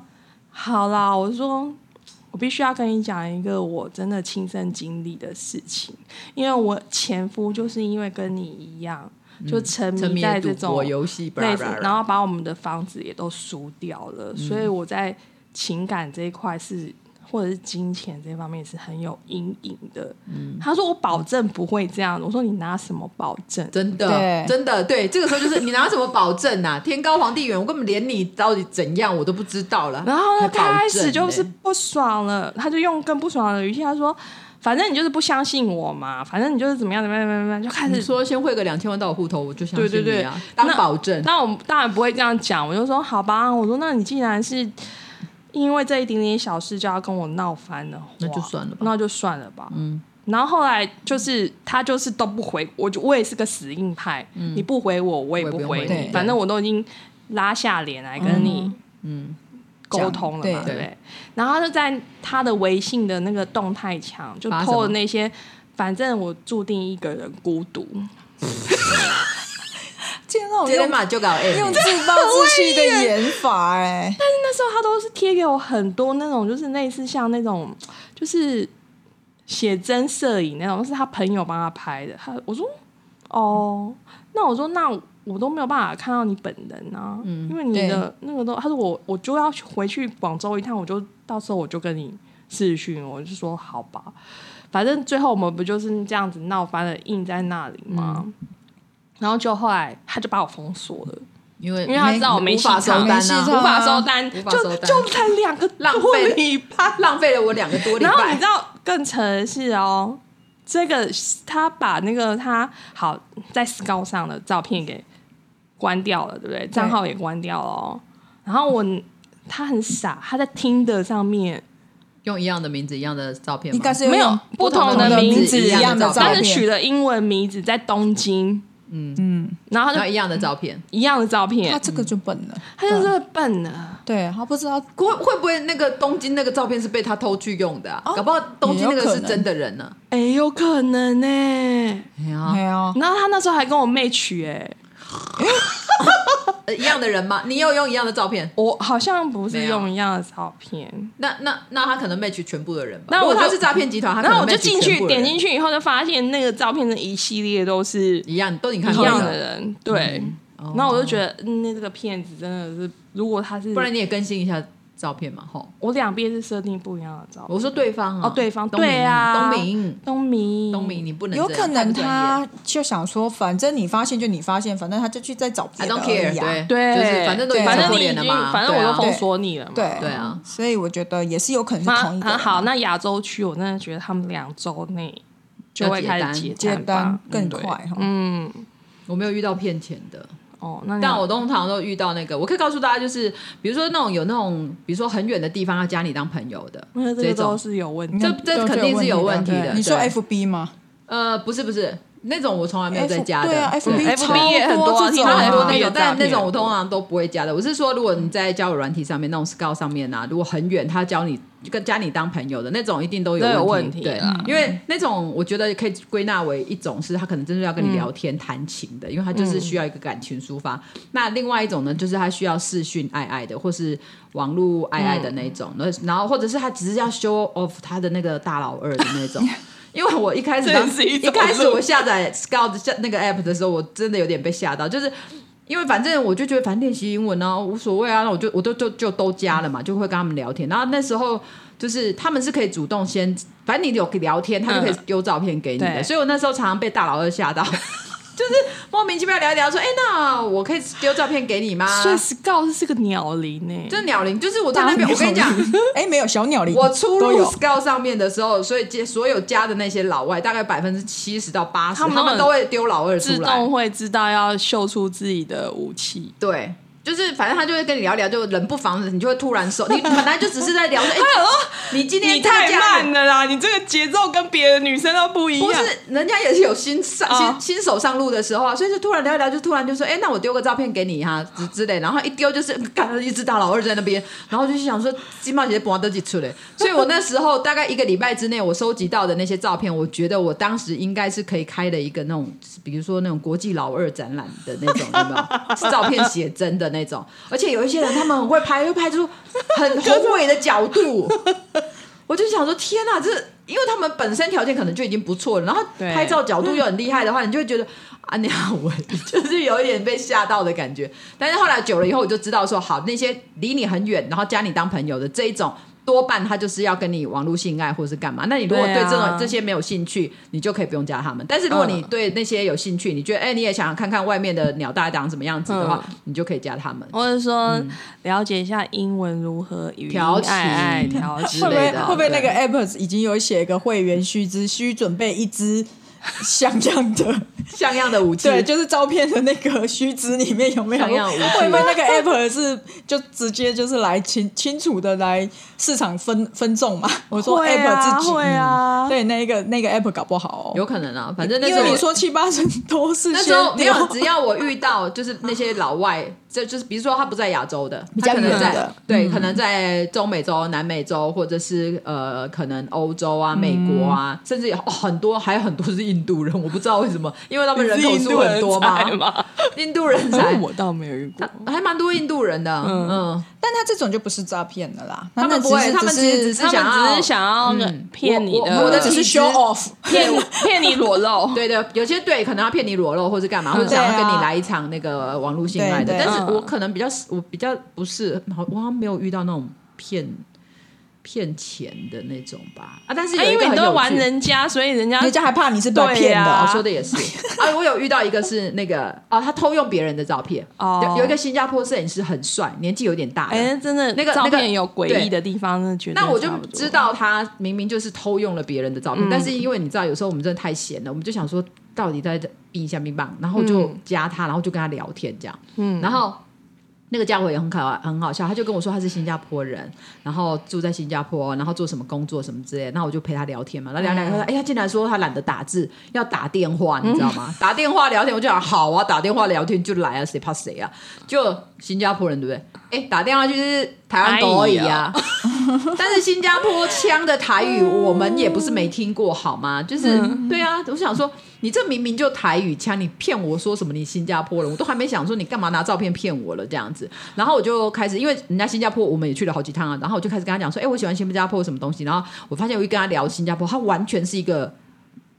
好啦，我说我必须要跟你讲一个我真的亲身经历的事情，因为我前夫就是因为跟你一样，就嗯沉
沉
迷
迷
在
于
这
赌
种
博游戏，巴
类
拉
似
巴拉，
然后把我们的房子也都输掉了，所
嗯
以我在情感这一块是。或者是金钱这方面是很有阴影的。
嗯
他说：“我保证不会这样。”我说：“你拿什么保证？
真的
对，
真的，对，这个时候就是你拿什么保证啊？天高皇帝远，我根本连你到底怎样我都不知道了。
然后
还
他
保证
开始就是
嘞
不爽了，他就用更不爽的语气，他说：“反正你就是不相信我嘛，反正你就是怎么样怎么样怎么样怎么样，就开
你
始。”
说先汇个两千万到我户头，我就相
对对
信
对
你啊，当
那
保证。
那我当然不会这样讲，我就说：“好吧。”我说：“那你既然是因为这一点点小事就要跟我闹翻的话，
那就算了吧
那就算了吧。”嗯。然后后来就是他就是都不回，我就我也是个死硬派，你不回我，我
嗯
也
我也
不
不用
回
回
你，
你
反正我都已经拉下脸来跟你。
嗯，
沟通了嘛，
对
对不
对
对？然后他就在他的微信的那个动态墙就
发什么
偷了那些，反正我注定一个人孤独，
这那种
今天
用
嘛就搞哎，
用自暴自弃的演法、哎，
但是那时候他都是贴给我很多那种，就是类似像那种就是写真摄影那种，是他朋友帮他拍的。他我说哦，那我说那我都没有办法看到你本人啊，
嗯
因为你的那个都，他说我我就要去回去广州一趟，我就到时候我就跟你视讯，我就说好吧，反正最后我们不就是这样子闹翻了，硬在那里吗？
嗯
然后就后来他就把我封锁了。
因为
因为他知道我没
无法
戏
收
唱
单
没戏
啊
唱，对啊
无法收单，
无法
就
收单
就才两个
浪
多
费了
礼拜。
浪费了我两个多礼
然后你
拜
知。道更扯的是哦，这个他把那个他好在 s c o 上的照片给关掉了，对不对？账号也关掉了、哦。然后我他很傻，他在听的上面，
用一样的名字，一样的照片吗，
应该是
没有
用
不同
的名
名
字
一样的
一样的
照
但是
片，
取了英文名字，在东京，嗯嗯，然后
然
他
后
就
一样的照片。
一样的照
他
片，
这个就笨了，
他就是笨了。
对他不知道
会会不会那个东京那个照片是被他偷去用的、啊？
哦
搞不好东京那
也有
个
可
是
能
真的人呢、
哎，有可能呢、
哎呀
没，有，
然后他那时候还跟我妹取、哎，
呃一样的人吗？你有用一样的照片？
我好像不是
没有
用一样的照片，
那那那他可能 match 全部的人吧。
那
如果
我就
他是诈骗集团，他可
然
能
后我就
match
进
全
去
部的人
点进去以后，就发现那个照片的一系列都是
一
一
样，都你看过
样
了
的，人，对。
哦
然后我就觉得，嗯，那这个骗子真的是，如果他是，
不然你也更新一下照片嘛，吼。
我两边是设定不一样的照片。
我说对方啊，
哦对方
东明
对
东
啊嗯
明，
东明，
东明，，你不能
有
这
可
样
能。
太
他就想说，反正你发现就你发现，反正他就去再找别
不专业 I
的
don't
而
care，
已啊
对
对，
就是反正都已经
反
收
正
过
你已
脸了
经，
嘛，
反正我
对
都
啊
封锁你了嘛，
对
对啊
所以我觉得也是有可能
那
是同一个
啊
人
好，那亚洲区我真的觉得他们两周内就会开始
要
接
单吧
单，更快哈。
嗯，
我没有遇到骗钱的。
哦，那你
但我通常都遇到那个，我可以告诉大家，就是比如说那种有那种，比如说很远的地方要加你当朋友的
那嗯这
这
个都
种，
是嗯有问题
你
的，
看
这
都
肯定是有
的
问题的
对你说
对
FB 吗？
呃，不是不是，那种我从来没有在
F-
加的，嗯
对啊
对
，FB 超
FB 也很多啊
多这种
然
超
后很多
多
那
也
种
有，
但
诈骗
那种我通常都不会加的。我是说，如果你在交友软体上面那种 Scout 上面啊，如果很远，他教你跟加你当朋友的那种，一定都有
都有
问
问题
对
啦，
因为那种我觉得可以归纳为一种是他可能真的要跟
嗯
你聊天谈情的，因为他就是需要一个感情抒发。那另外一种呢，就是他需要视讯爱爱的，或是网
嗯 (laughs)
络爱爱的那种，然后然后或者是他只是要 show off 他的那个大老二的那种。因为我一开始
这也
当
是一
一
种
开始
路
我下载 Scout 下那个 app 的时候，我真的有点被吓到，就是。因为反正我就觉得，反正练习英文呢、无所谓啊，那我就我都就就都加了嘛，就会跟他们聊天。然后那时候就是他们是可以主动先，反正你有聊天，他就可以
嗯
丢照片给你的。
对
所以我那时候常常被大老二吓到，就是莫名其妙聊一聊说，哎、那我可以丢照片给你吗？
所以 Scout 是个鸟龄欸呢、
这鸟龄就是我在那边，我跟你讲，，
哎，没有小鸟林，
我出
都
入
有
Scout 上面的时候，所以接所有加的那些老外，大概百分之七十到八十，
他
他
们
们
都很
都会丢老二出
自动
来。
会知道要秀出自己的武器。
对，就是反正他就会跟你聊聊，就冷不防的，你就会突然收。你本来就只是在聊
(laughs)
说，哎、你今天
你太
这个价
慢了啦！你这个节奏跟别的女生都不一样。
不是，人家也是有新上新、
哦
新手上路的时候啊，所以就突然聊一聊，就突然就说，哎、那我丢个照片给你
哦
哈、之之类，然后一丢就是， (laughs) 干一只大老二在那边，然后就想说金毛姐姐不要得几出来，所以我那时候大概一个礼拜之内，我收集到的那些照片，我觉得我当时应该是可以开了一个那种，比如说那种国际老二展览的那种，有没
(laughs)
有？是照片写真的那种，而且有一些人他们很会拍，会拍出很宏伟的角度。我就想说，天呐，这因为他们本身条件可能就已经不错了，然后
对
拍嗯照角度又很厉害的话，你就会觉得啊，你好，我就是有一点被吓到的感觉。但是后来久了以后，我就知道说，好，那些离你很远，然后加你当朋友的这一种。多半他就是要跟你网络性爱或是干嘛，那你如果
对
对
啊
这种、这些没有兴趣，你就可以不用加他们。但是如果你
嗯
对那些有兴趣，你觉得哎、你也想看看外面的鸟大长什么样子的话，
嗯
你就可以加他们。
或者说、了解一下英文如何语音
调情
爱爱调情
之
会不
类
会
的啊
会不会那个
对
app 已经有写一个会员须知，需准备一支像
(laughs)
样的？
像样的武器，
对，就是照片的那个须知里面有没有？
像样武器
会不会那个 app 是就直接就是来清清楚的来市场分分众嘛？我说
会
app
啊
自己，
会啊，
对那个那个 app 搞不好哦，
有可能啊，反正那
因
时候
为
我
你说七八成都是
那时
先
候没有，
丢
只要我遇到就是那些老外，这就是比如说他不在亚洲的，
比较
他可能
远
在
的
对，可能在中美洲、南美洲，或者是呃，可能欧洲啊、美国啊，甚至有、哦很多，还有很多是印度人，我不知道为什么，因为他们人口数很多嘛，
嘛，
印度人才
哦我倒没有遇过。
还蛮多印度人的，嗯。
但他这种就不是诈骗的啦，
他们
那
不会，
只是
他们其实只呃想
是
要，
他们只是想要骗你的
我我我的
只是
体质
show off，
骗 (laughs) 骗你裸露，
(laughs) 对的，有些对可能要骗你裸露，或是干
嗯
嘛，或者想要跟你来一场那个网络性爱的。
啊
对对
但是我可能比较，我比较不是，好我好像没有遇到那种骗骗钱的那种吧。啊，但是有
啊
一个
因为
很
你都
有趣
玩人家，所以人家
人家还怕你是被骗的
对
哦
啊
哦。
说的也
(laughs)
是啊，我有遇到一个是那个哦，他偷用别人的照片，
哦
有有一个新加坡摄影师很帅，年纪有点大了，
哎，真的
那个
照
那个
片有诡异的地方，真的觉得
那我就
差不多嗯
知道他明明就是偷用了别人的照片，但是因为你知道，有时候我们真的太闲了，我们就想说到底在避一下冰棒，然后就
嗯
加他，然后就跟他聊天这样，然后。那个家伙也很可爱，很好笑。他就跟我说他是新加坡人，然后住在新加坡，然后做什么工作什么之类的。那我就陪他聊天嘛，那
嗯
聊聊聊，哎、他竟然说他懒得打字，要打电话，你知道吗？打电话聊天，我就想好啊，打电话聊天就来啊，谁怕谁啊？就新加坡人对不对？哎、打电话就是台湾狗而已啊。
(laughs)
但是新加坡腔的台语我们也不是没听过，好吗？就是
嗯
对啊，我想说你这明明就台语腔，你骗我说什么你新加坡人，我都还没想说你干嘛拿照片骗我了这样子。然后我就开始，因为人家新加坡我们也去了好几趟啊，然后我就开始跟他讲说，哎、我喜欢新加坡什么东西，然后我发现我一跟他聊新加坡，他完全是一个。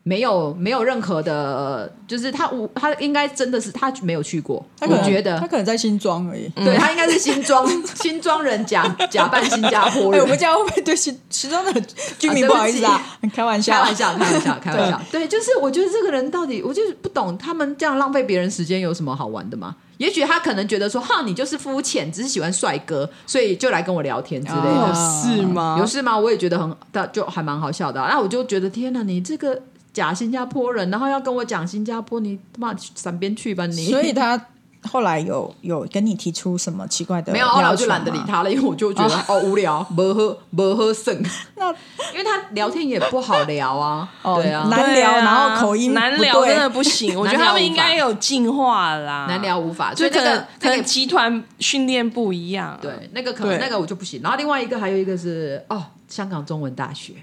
没有，没有任何的，就是他无，他应该真的是他没有去过，
他可
我
能
觉得
他，可能在新庄而已。
对他应该是新庄新庄人假假扮新加坡
(laughs) 哎，
人，
我们家会不会对 (laughs) 新新庄的居民
啊对不起
不好意思啊？开玩笑，
开玩笑，开玩笑，开玩笑。对，就是我觉得这个人到底，我就是不懂他们这样浪费别人时间有什么好玩的吗？也许他可能觉得说，哈，你就是肤浅，只是喜欢帅哥，所以就来跟我聊天之类的。
哦
啊
是吗？
有事吗？我也觉得很，他就还蛮好笑的啊、那我就觉得，天哪，你这个假新加坡人，然后要跟我讲新加坡，你他妈闪边去吧你！
所以他后来有有跟你提出什么奇怪
(laughs)
的
没有，啊
要
后来我
求吗
就懒得理。他了，
啊
因为我就觉得哦无聊， (laughs) 没喝没喝剩，
(laughs) 那
因为他聊天也不好聊啊，
哦
对啊，
难聊
对啊
然后口音
难
不
聊，
对
真的
(laughs)
不行。我觉得他们应该有进化啦，
难聊无法，所
就
以那
可能
个
可
那
能
个
集团训练不一样。啊
对，那个可能
对
那个我就不行。然后另外一个还有一个是哦，香港中文大学，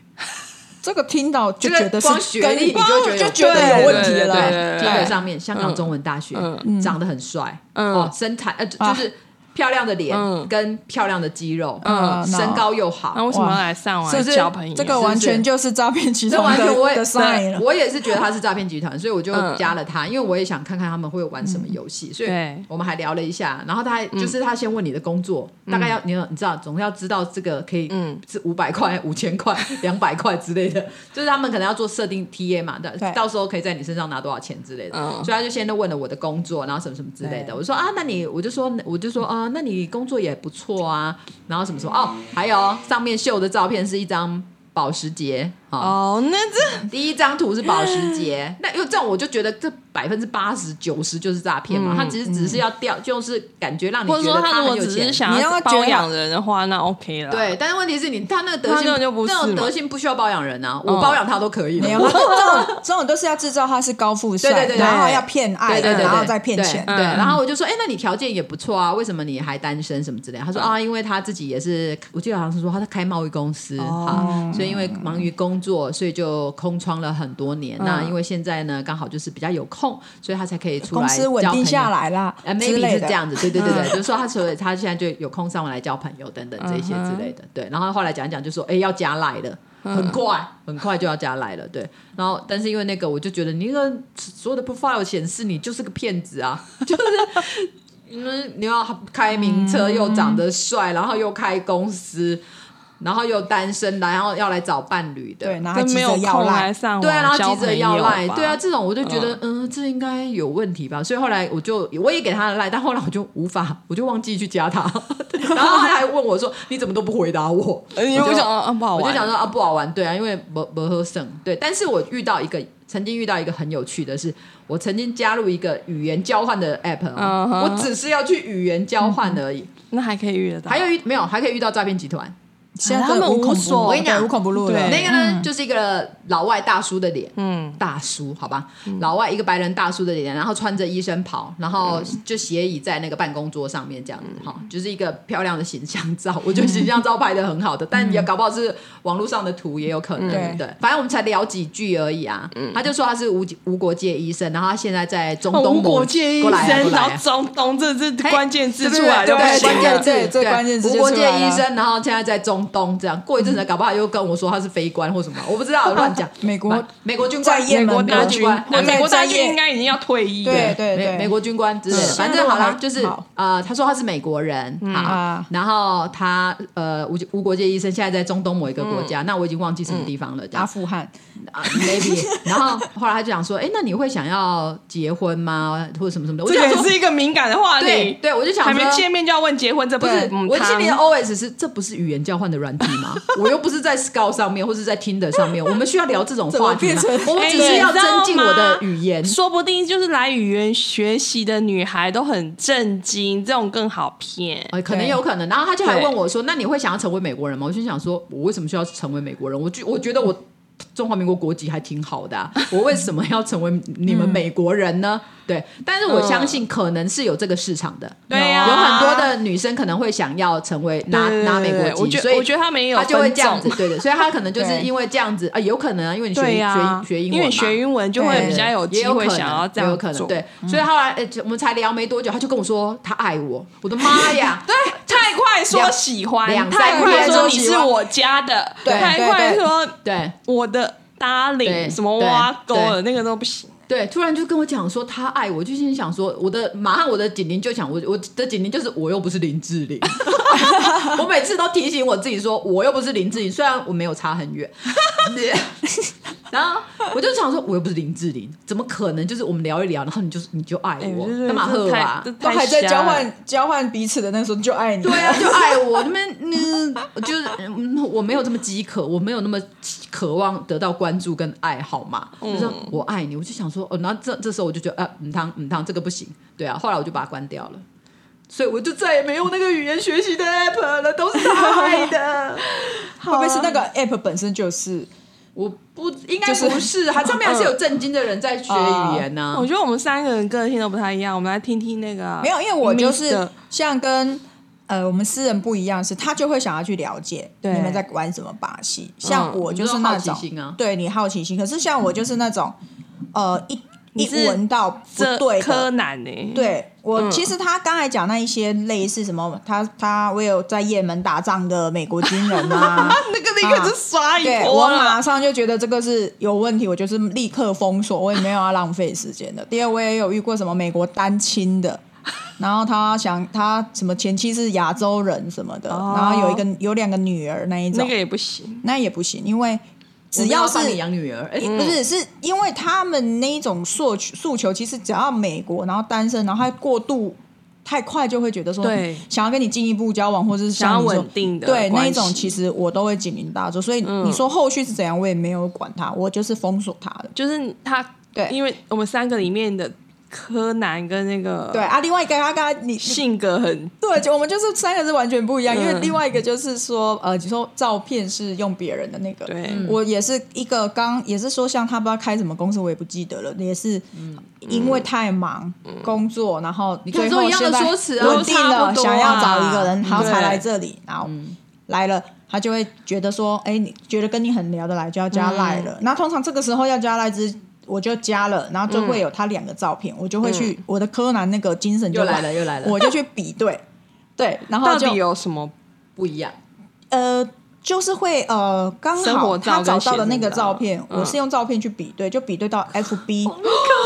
这个听到就
这个
觉得是
光学
跟
历你就觉得有
就觉得有问题了
对
啦。
对
听得上面香港中文大学
嗯
长得很帅，
嗯
哦，身材呃就就是漂亮的脸
嗯
跟漂亮的肌肉，
嗯
身高又好，
那为什么要来上
是
完
不是
交朋友？
这个完全就是诈骗集
这
团
完全我
的
也
的 sign 了。
我也是觉得他是诈骗集团，所以我就
嗯
加了他，因为我也想看看他们会玩什么游戏，所以
对嗯
我们还聊了一下。然后他还就是他先问你的工作，大概要你你知道，总要知道这个可以
嗯
是五百块、五千块、 (laughs) 两百块之类的，就是他们可能要做设定 TA 嘛，但
对
到时候可以在你身上拿多少钱之类的。
嗯
所以他就先问了我的工作，然后什么什么之类的。
对
我说啊，那你我就说我就说啊，那你工作也不错啊，然后什么什么哦，还有上面秀的照片是一张保时捷啊。哦
哦，那这
第一张图是保时
嗯
捷，那因为这种我就觉得这百分之八十九十就是诈骗嘛，他其实只是要钓，就是感觉让你
嗯或
觉
者说
得
他如
很
果
有
只是
钱。
想
你让
要
他
包
觉得
养人的话，那 OK 了。
对，，但是问题是你他那个德
他
性，
根本就不是
那种
嘛
德性不需要包养人啊，
嗯
我包养他都可以了。
没
(laughs)
有，这种这种都是要制造他是高富帅，
对对对对
然后要骗爱，
对对对对，
然后再骗
对
钱。
对，
嗯
然后我就说，哎，那你条件也不错啊，为什么你还单身什么之类的？他说啊，因为他自己也是，我记得好像是说他在开贸易公司
哦
啊，所以因为忙于工作，所以就空窗了很多年。那因为现在呢，刚好就是比较有空，所以他才可以出来
嗯公司稳
交朋
定
友
下来啦，
呃
之
，maybe
类
是
的嗯
这。样子，对对对对，就是说他所以他现在就有空上来交朋友等等这一些之类
嗯
的，对。然后后来讲一讲就说，哎，要加赖了。很快，很快就要加赖了，对。然后，但是因为那个，我就觉得你那个所有的 profile 显示你就是个骗子啊， (laughs) 就是嗯，你要开名车，又长得帅，然后又开公司，然后又单身，然后要来找伴侣的，
对，然后还
跟
急
没有
着要
空来
赖，
上网
对啊，然后
交
急着
朋
要
友
赖，
吧
对啊，这种我就觉得，嗯、这应该有问题吧。所以后来我就我也给他的赖，但后来我就无法， (laughs) 我就忘记去加
(laughs)
他。然后他还问我说：“你怎么都不回答我？”
呃因为
我
我
就
想啊不好
我
玩，
就想说啊，不好玩，对啊，因为不不喝剩，对。但是我遇到一个，曾经遇到一个很有趣的是，我曾经加入一个语言交换的 app，、哦
嗯哼嗯
我只是要去语言交换而已。
那还可以遇得到，
还有遇没有，还可以遇到诈骗集团。
现在
他们
无
无
孔不
所
我跟你讲
对无孔不入了。
对
那个呢，就是一个老外大叔的脸，
嗯
大叔，好吧，老外一个白人大叔的脸，然后穿着医生袍，然后就斜倚在那个办公桌上面这样子，
嗯
哈、就是一个漂亮的形象照。我觉得形象照拍的很好的，但也搞不好是网络上的图也有可能，
嗯
对。反正我们才聊几句而已啊。他就说他是无无国界医生，然后他现在在中
嗯哦
东
无
某
国界医
过来啊
生，
过来
然
啊
后中东这是
嘿
关键字
对
出
对
来就不
对
行
关
了
键
对
字，
对最关键字
无
就
国
出
界
来了嗯
医生，然后现在在中东这样，过一阵子搞不好又跟我说他是非官或什么，我不知道，乱讲。
(laughs) 美国
美国军官，
在也
美
门
国
美
大
国
军官，
那
在
美国大业
在
应该已经要退役了，
对对
美
对，
美国军官之类的，
是
反正好了，
嗯
就是
好
呃，他说他是美国人，好
啊，
然后他呃无无国界医生，现在在中东某一个国
嗯
家，那我已经忘记什么地方了，这样
阿富汗，
啊 maybe，然 (laughs) 后后来他就讲说，哎，那你会想要结婚吗，或者什么什么的，我
这
就
个
想
也
说，
是一个敏感的话
对
题，
对，我就想
还没
说
见面就要问结婚，这
不
不
是
是，
嗯
我心里的
哦，
OS 是这不是语言交换的软体
(laughs)
吗？我又不是在 s c o u t 上面，或是在 Tinder 上面，我们需要聊这种话题吗
怎么变？成哎
我们只是要增进我的语言。
说不定就是来语言学习的女孩都很震惊，这种更好骗。
哎，可能
对
有可能。然后他就还问我说：“那你会想要成为美国人吗？”我心想说：“我为什么需要成为美国人？我觉我觉得我中华民国国籍还挺好的啊、我为什么要成
(laughs)
为你
嗯
们美国人呢？”对，但是我相信可能是有这个市场的，
对呀、
有很多的女生可能会想要成为拿
对对对
拿美
对
国
我
籍，
觉
所以
我觉得他们也有
他就会
分
这样子
众，
对的，所以他可
(laughs)
能就是
对
因为这样子啊，有可能啊，因为你学
对
英
呀、
学学英
因
文嘛
为学英文就会比较有
也
机
有可
会
能
想要这
也
样
有可能
做。嗯
对，所以后来、呃我们才聊没多久，他就跟我说他爱我，我的妈呀！
对，太快说喜
两
欢，太快说你是我家的，
对
太快说
对
我的 darling
对
什么挖沟的那个都不行。
对，突然就跟我讲说他爱我，就心里想说我的马上我的警铃就响，我我的警铃就是我又不是林志
(laughs)
玲，我每次都提醒我自己说我又不是林志玲，虽然我没有差很远，
(laughs)
然后我就想说我又不是林志玲，怎么可能？就是我们聊一聊，然后你就你就爱
哎
我
我就，觉得
干嘛
这
喝
太
啊
这？
都
太
还在
瞎
交
了，
换交换彼此的那时候就爱你，
对啊，就爱我，那边嗯，就是嗯我没有这么饥渴，我没有那么渴望得到关注跟爱好嘛。就是我爱你，我就想说，哦，然后这这时候我就觉得，啊，嗯汤嗯汤，这个不行，对啊。后来我就把它关掉了，所以我就再也没用那个语言学习的 app 了，都是
(laughs)
他害的。
会不会是那个 app 本身就是
我不应该不是，还上面还是有正经的人在学语言呢、
我觉得我们三个人个性都不太一样，我们来听听那个
嗯没有？因为我就
Mr.
是像跟呃我们私人不一样，是他就会想要去了解你
对
们在玩什么把戏。像我就
嗯你
是
说
那
好奇
种
心啊
对你好奇心，可是像我就是那种呃一
你
一
是
闻到不
这
对
柯
的。
南呢、欸？
对我、
嗯
其实他刚才讲那一些类似什么，他他我有在也门打仗的美国军人
(laughs)
啊，
那个那个是刷一
对我
波了。
马上就觉得这个是有问题，我就是立刻封锁，我也没有要浪费时间的。第二，我也有遇过什么美国单
(laughs)
亲的，然后他想他什么前妻是亚洲人什么的，
哦
然后有一个有两个女儿那一种，
那个也不行，
那也不行，因为只
我们
是嗯
帮你养女儿，哎、
嗯
不是，是因为他们那一种诉求诉求，其实只要美国，然后单身，然后他过度太快，就会觉得说，
对
想要跟你进一步交往，或者是像
想要
你说
稳定的
对
关
那
系
一种，其实我都会警铃大作。所以
嗯
你说后续是怎样，我也没有管他，我就是封锁他了。
就是他，
对
因为我们三个里面的柯南跟那个
对啊，另外一个他刚才你你
性格很
对，就我们就是三个是完全不一样，因为
嗯
另外一个就是说，呃，你说照片是用别人的那个，
对
我也是一个刚也是说像他不知道开什么公司，我也不记得了，也是
嗯
因为太忙、工作，然后
看
最后
都一样的
现在
说辞啊
稳定
都差
了，
不多
想要找一个人，
啊
然后才
对
来这里，然后来了。他就会觉得说，哎、你觉得跟你很聊得来，就要加赖
嗯
了。那、通常这个时候要加赖之，我就加了，然后就
嗯
会有他两个照片，我就会去、我的柯南那个精神就
又来了又来了
我就去比对，对，然后
到
就
底有什么？
不一样。
呃，就是会呃，刚
生活
好
照
他
跟
找到的那
写
个
真照
照片，
嗯 Oh
我是用照片去比对，就比
(laughs)
对到 FB，、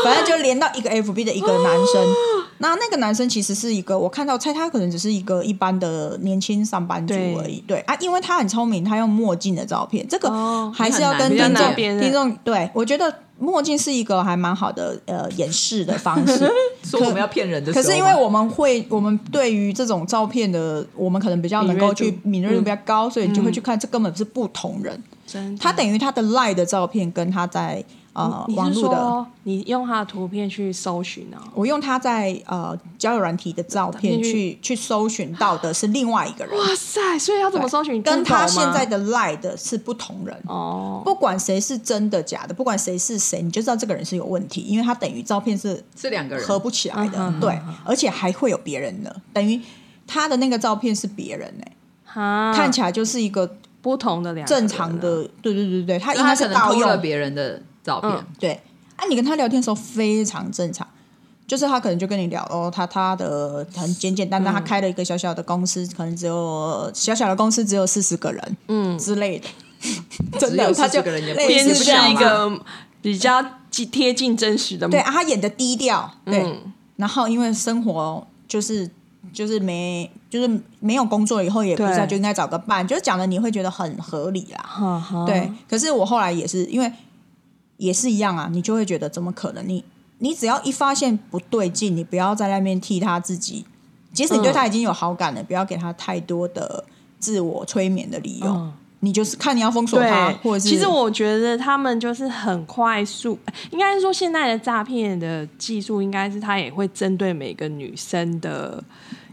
反正就连到一个 FB 的一个男生。
哦
那那个男生其实是一个，我看到猜他可能只是一个一般的年轻上班族
对
而已。对啊，因为他很聪明，他用墨镜的照片，这个
哦
还是要
很难比
较
跟听
难
众
辨认
听众对，我觉得墨镜是一个还蛮好的呃演示的方式。
说我们要骗人的时
可
候
是因为
吗
我们会，我们对于这种照片的，我们可能比较能够去
敏
敏
锐度
锐度比较高，所以你就会去看，这根本是不同人。
嗯
真的
他等于他的 lie 的照片跟他在呃
你
网
是
络的，
说你用他的图片去搜寻啊？
我用他在呃交友软体的照
照片
片
去
去去搜寻到的是另外一个人，
哇塞！所以要怎么搜寻？
跟他
Google
现
吗
在的 lie 的是不同人。
哦，
不管谁是真的假的，不管谁是谁，你就知道这个人是有问题，因为他等于照片是
是两个人
合不起来的，
嗯哼
对，而且还会有别人的，等于他的那个照片是别人哎、
嗯
哈，
看起来就是一个
不同的两个人
正
啊
常的，对对对对，他应
他
该
可
是
能
盗
偷了
用，
别人的照片，
嗯
对。啊，你跟他聊天的时候非常正常，就是他可能就跟你聊哦，他他的很简简单单，他开了一个小小的公司，可能只有小小的公司只有四十个人，嗯之
(laughs)
类的，真的，
40
他就
个人也不
类
编
似
是
这样
一
嘛
个比较贴近真实
嗯
的，
啊对啊，他演的低调，对，
嗯
然后因为生活就是就是没就是没有工作以后也不知道
对
就应该找个伴，就是讲的你会觉得很合理啦，
哈哈，
对。可是我后来也是因为也是一样啊，你就会觉得怎么可能你你只要一发现不对劲，你不要在那边替他自己，即使你对他已经有好感了，不要给他太多的自我催眠的理由。
嗯
你就是看你要封锁他，
对，
或者是
其实我觉得他们就是很快速，应该是说现在的诈骗的技术，应该是他也会针对每个女生的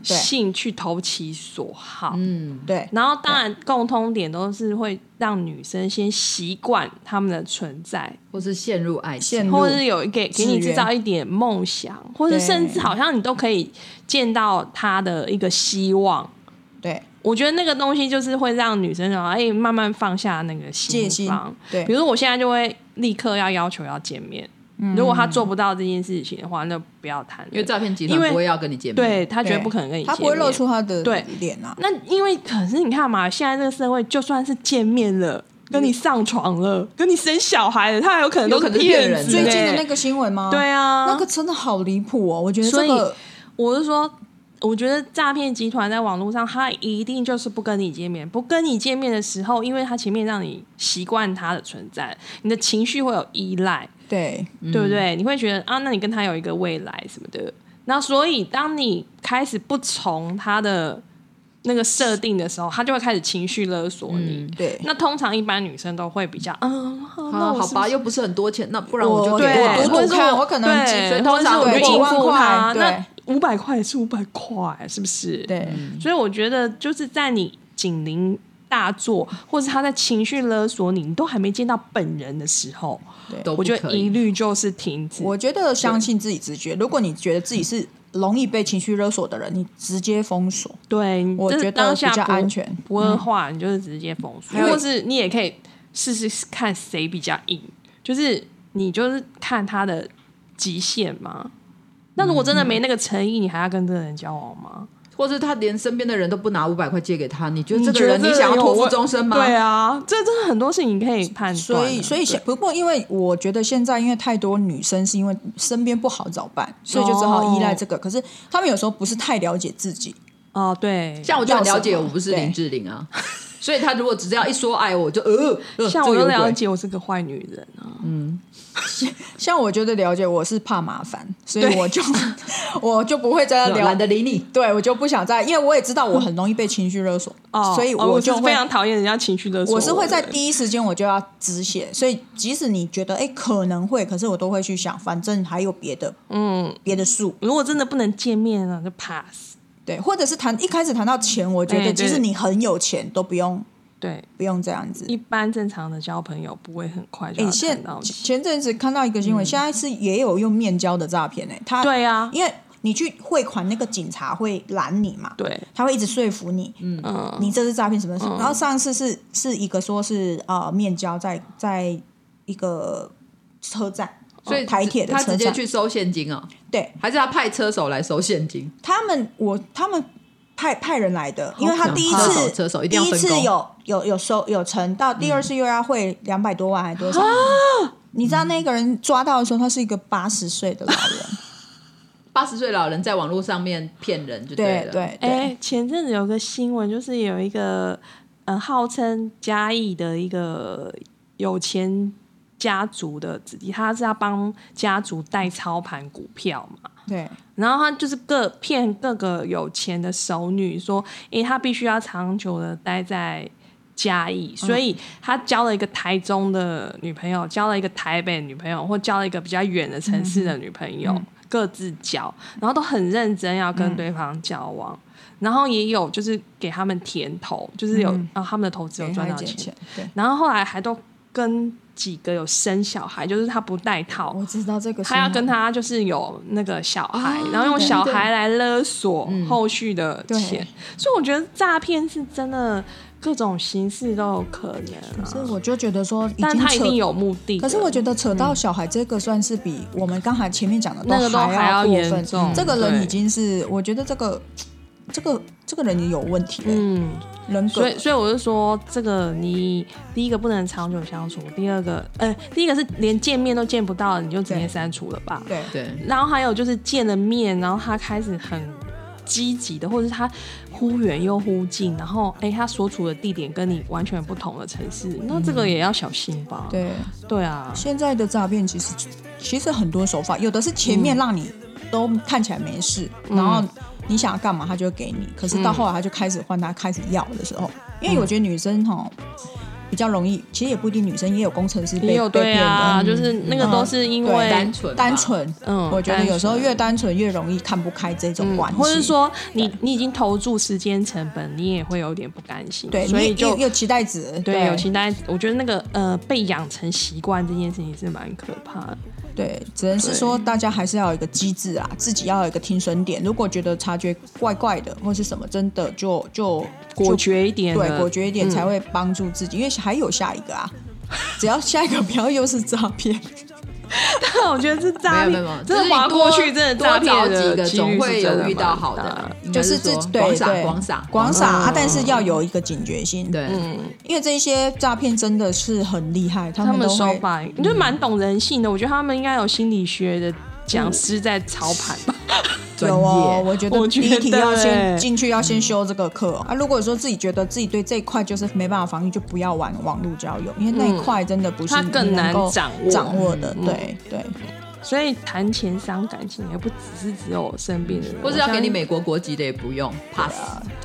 对
性去投其所好。
嗯，
对
然后，当然，共通点都是会让女生先习惯他们的存在，
或是陷入爱情，
陷入
或者是有给给你
制
制
约
造一点梦想，或者
对
甚至好像你都可以见到他的一个希望。
对
我觉得那个东西就是会让女生然后哎慢慢放下那个
戒
心
心
防。
对
比如说我现在就会立刻要要求要见面，
嗯
如果他做不到这件事情的话，那不要谈了，
因为诈骗集
因
团
为
不会要跟你见面，
对他绝对不可能跟你
他
见
不会露
面
出他的
对
脸啊，
那因为可是你看嘛，现在这个社会，就算是见面了，跟你上床了，跟你生小孩了，他还有可能都
有可能是
骗
骗人
子
的
最
欸
近的那个新闻吗？
对啊，
那个真的好离谱哦！我觉得
所
这
以
个
我是说，我觉得诈骗集团在网络上，他一定就是不跟你见面，不跟你见面的时候，因为他前面让你习惯他的存在，你的情绪会有依赖，
对
嗯
对不对？你会觉得啊，那你跟他有一个未来什么的。那所以，当你开始不从他的那个设定的时候，他就会开始情绪勒索
嗯
你。
对，
那通常一般女生都会比较，嗯，好那
啊，
我
好
是不
吧，
是
又不是很多钱，那不然我就
我
给
对
我
我
赌
赌
赌
赌
看
看我可能
对
所以通常
或
我就
者是我
一
就
万
应付他，
块
那
对
五百块是五百块，是不是？
对，
所以我觉得就是在你警铃大作，或是他在情绪勒索你，你都还没见到本人的时候，
都不
我觉
可
得
以
一律就是停止。
我觉得相信自己直觉。如果你觉得自己是容易被情绪勒索的人，你直接封锁。
对，你
我
就是
觉得
当下
比较
不
安全
不二化，你就是直接封锁，
还有
或是你也可以试试看谁比较硬，就是你就是看他的极限吗？那如果真的没那个诚意，你还要跟这个人交往吗？
或者他连身边的人都不拿五百块借给他，你觉得
你
这个
觉得
人
这
你
个
想要
人
托
有
付
问
终身吗？
对啊，这真的很多事情你可以判断啊。
所以，所以现
对
不过，因为我觉得现在因为太多女生是因为身边不好找
哦
伴，所以就只好依赖这个。可是他们有时候不是太了解自己，
哦，对，
像我就很了解，
要什
我
么
不是林志玲啊，所以他如果只要一说爱我，就呃，呃
像我都
这个有鬼
了解我是个坏女人啊。
像我觉得了解我是怕麻烦，所以
对
我就 (laughs) 我就不会再
对
聊
呃懒得理你。
对我就不想再，因为我也知道我很容易被情绪勒索，
哦，
所以
哦我
就是会
非。常讨厌人家情绪勒索
我是会
的
在
人
第一时间我就要止血，所以即使你觉得哎、诶可能会，可是我都会去想，反正还有别的
嗯，
别的数，
如果真的不能见面了，就 pass。
对，或者是谈一开始谈到钱，我觉
哎
得
对
即使你很有钱都不用
对，
不用这样子
一。般正常的交朋友不会很快就
哎、
要
现
看到
前
你。
前阵子看到一个新闻，现在是也有用面交的诈骗哎，他
对啊，
因为你去汇款，那个警察会拦你嘛，
对，
他会一直说服你，
嗯，
你这是诈骗什么什么。然后上次是是一个说是呃面交在在一个车站，
哦
所以
台铁的
他
车
直接
站，
去收现金哦，
对
还是他派车手来收现金？
他们我他们派派人来的，因为他
可
第一
怕车
次
手车手一定
第
要分
一次
工嗯
有有有收有成，到第二次又要汇两百多万还
啊
多少？你知道那个人抓到的时候，他是一个八十岁的
(laughs)
老人，
八十岁老人在网络上面骗人就
对
了。
对
哎、
对，
前阵子有个新闻，就是有一个呃，号称嘉义的一个有钱家族的子弟，他是要帮家族代操盘股票嘛。
对，
然后他就是各骗各个有钱的熟女说，诶，他必须要长久的待在嘉
嗯
义，所以他交了一个台中的女朋友，交了一个台北的女朋友，或交了一个比较远的城市的女朋友，
嗯
各自交，然后都很认真要跟对方交往。
嗯
然后也有就是给他们甜头，就是有、啊他们的投资有
嗯给
赚
他
到
一点
钱，
钱，对。
然后后来还都跟几个有生小孩，就是他不戴套，
我知道这个新
他
闻，
要跟他就是有那个小孩，
啊
哦
然后用
对
小
对
孩来勒索后续的
嗯对
钱，所以我觉得诈骗是真的各种形式都有可能、
所以
啊，
我就觉得说，已
但
经
他一
扯
定有目的的。
可是我觉得扯到小孩这个算是比我们刚才前面讲的
嗯那个都还要
要过分
严重。
这个人
对
已经是，我觉得这个这个这个人也有问题了，
嗯，
人格
所以所以我就说，这个你第一个不能长久相处，第二个，呃，第一个是连见面都见不到，你就直接
对
删除了吧。
对
对，
然后还有就是见了面，然后他开始很积极的，或者是他忽远又忽近，然后哎，他所处的地点跟你完全不同的城市，那这个也要小心吧？
嗯对。
对啊，
现在的诈骗其实其实很多手法，有的是前面让你都看起来没事，
嗯
然后你想要干嘛他就会给你，可是到后来他就开始换他开始要的时候，
嗯
因为我觉得女生哈比较容易，其实也不一定女生，也有工程师被
也有
被
对
骗的。
啊，就是那个都是因
对
为
单纯吧
单纯，
嗯
我觉得有时候
单纯
越单纯越容易看不开这种
嗯
关系，
或者说你你已经投注时间成本，你也会有点不甘心，
对，
所
你
以
也
就
有期待值，
对有期待。我觉得那个呃被养成习惯这件事情是蛮可怕的。
对，只能是说大家还是要有一个机制啊，自己要有一个停损点。如果觉得察觉怪怪的或是什么，真的就就
果，决一点
就
的，
对，果决一点
嗯
才会帮助自己，因为还有下一个啊。只要下一个不要又是诈
(laughs)
骗，
我觉得这
没
诈
有没有没有
骗，
就是
这
你
划过
多
去真的
多
诈骗
找
的
几个
几
总
率
会
是真
有
的
遇到
蛮
好的
大
啦，应该
就是是自
说
对
广撒
对
广撒
广撒
嗯
啊，但是要有一个警觉性，，
对，
因为这些诈骗真的是很厉害，他
他们
都
手
会
法，你
嗯
就蛮懂人性的。我觉得他们应该有心理学的讲师在操盘吧。
专
有哦，
业。
我觉得
我觉
第
得嗯
一题要先
欸
进去，要先修这个课、哦、啊。如果说自己觉得自己对这一块就是没办法防御，就不要玩网络交友，因为那一块真的不是
嗯它
你
更难
能够
掌握嗯
掌握的。对对，
所以谈钱伤感情，也不只是只有身边的人，
或者要给你
每
美国国籍的也不用 pass，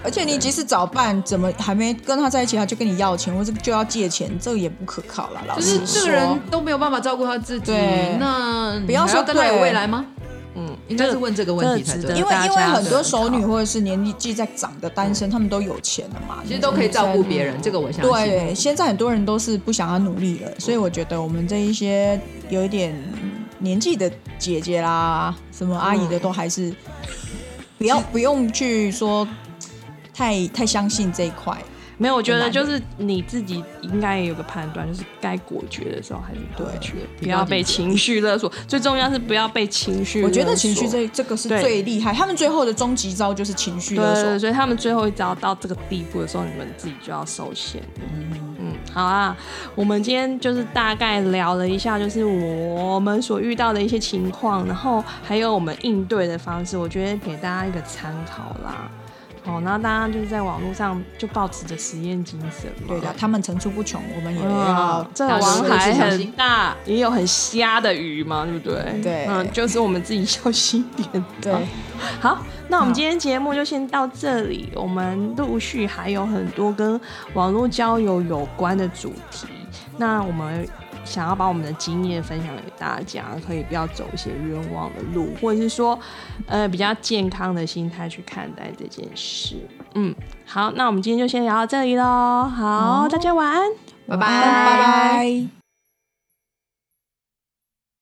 而且你即使早办，怎么还没跟他在一起，他就跟你要钱，或者就要借钱，这个也不可靠了。老
就
实
是这
说，
个人都没有办法照顾他自己
对，
那
不要
你还
说
跟他有
对
未来吗？
嗯，
应该是问这个问题才
这
对
个值得
因为
大家
因为很多
思考
熟女或者是年纪在长的单身，他们都有钱了嘛，
嗯
其实都可以照顾别人，这个我相信。
对，现在很多人都是不想要努力了，所以我觉得我们这一些有一点年纪的姐姐啦，什么阿姨的，都还是不要不用去说太太相信这一块。
没有，我觉得就是你自己应该也有个判断，就是该果决的时候还是果决，不要被情绪勒索。最重要是不要被情绪勒
我
索。
觉得情绪这这个是
对
最厉害，他们最后的终极招就是情绪
对
勒
对
索
对，。所以他们最后一招到这个地步的时候，你们自己就要收线。嗯，好啊，我们今天就是大概聊了一下，就是我们所遇到的一些情况，然后还有我们应对的方式，我觉得给大家一个参考啦。哦，那大家就是在网络上就保持着实验精神嘛。
对的，他们层出不穷，我们也要
哇，这个网海
小
很
心
大，也有很瞎的鱼嘛，对不对？
对
嗯，就是我们自己小心一点。
对。
(laughs) 好，那我们今天节目就先到这里。我们陆续还有很多跟网络交友有关的主题，那我们想要把我们的经验分享给大家，可以不要走一些冤枉的路，或者是说，呃，比较健康的心态去看待这件事。嗯，好，那我们今天就先聊到这里喽。好，大家晚安。
拜拜
拜拜。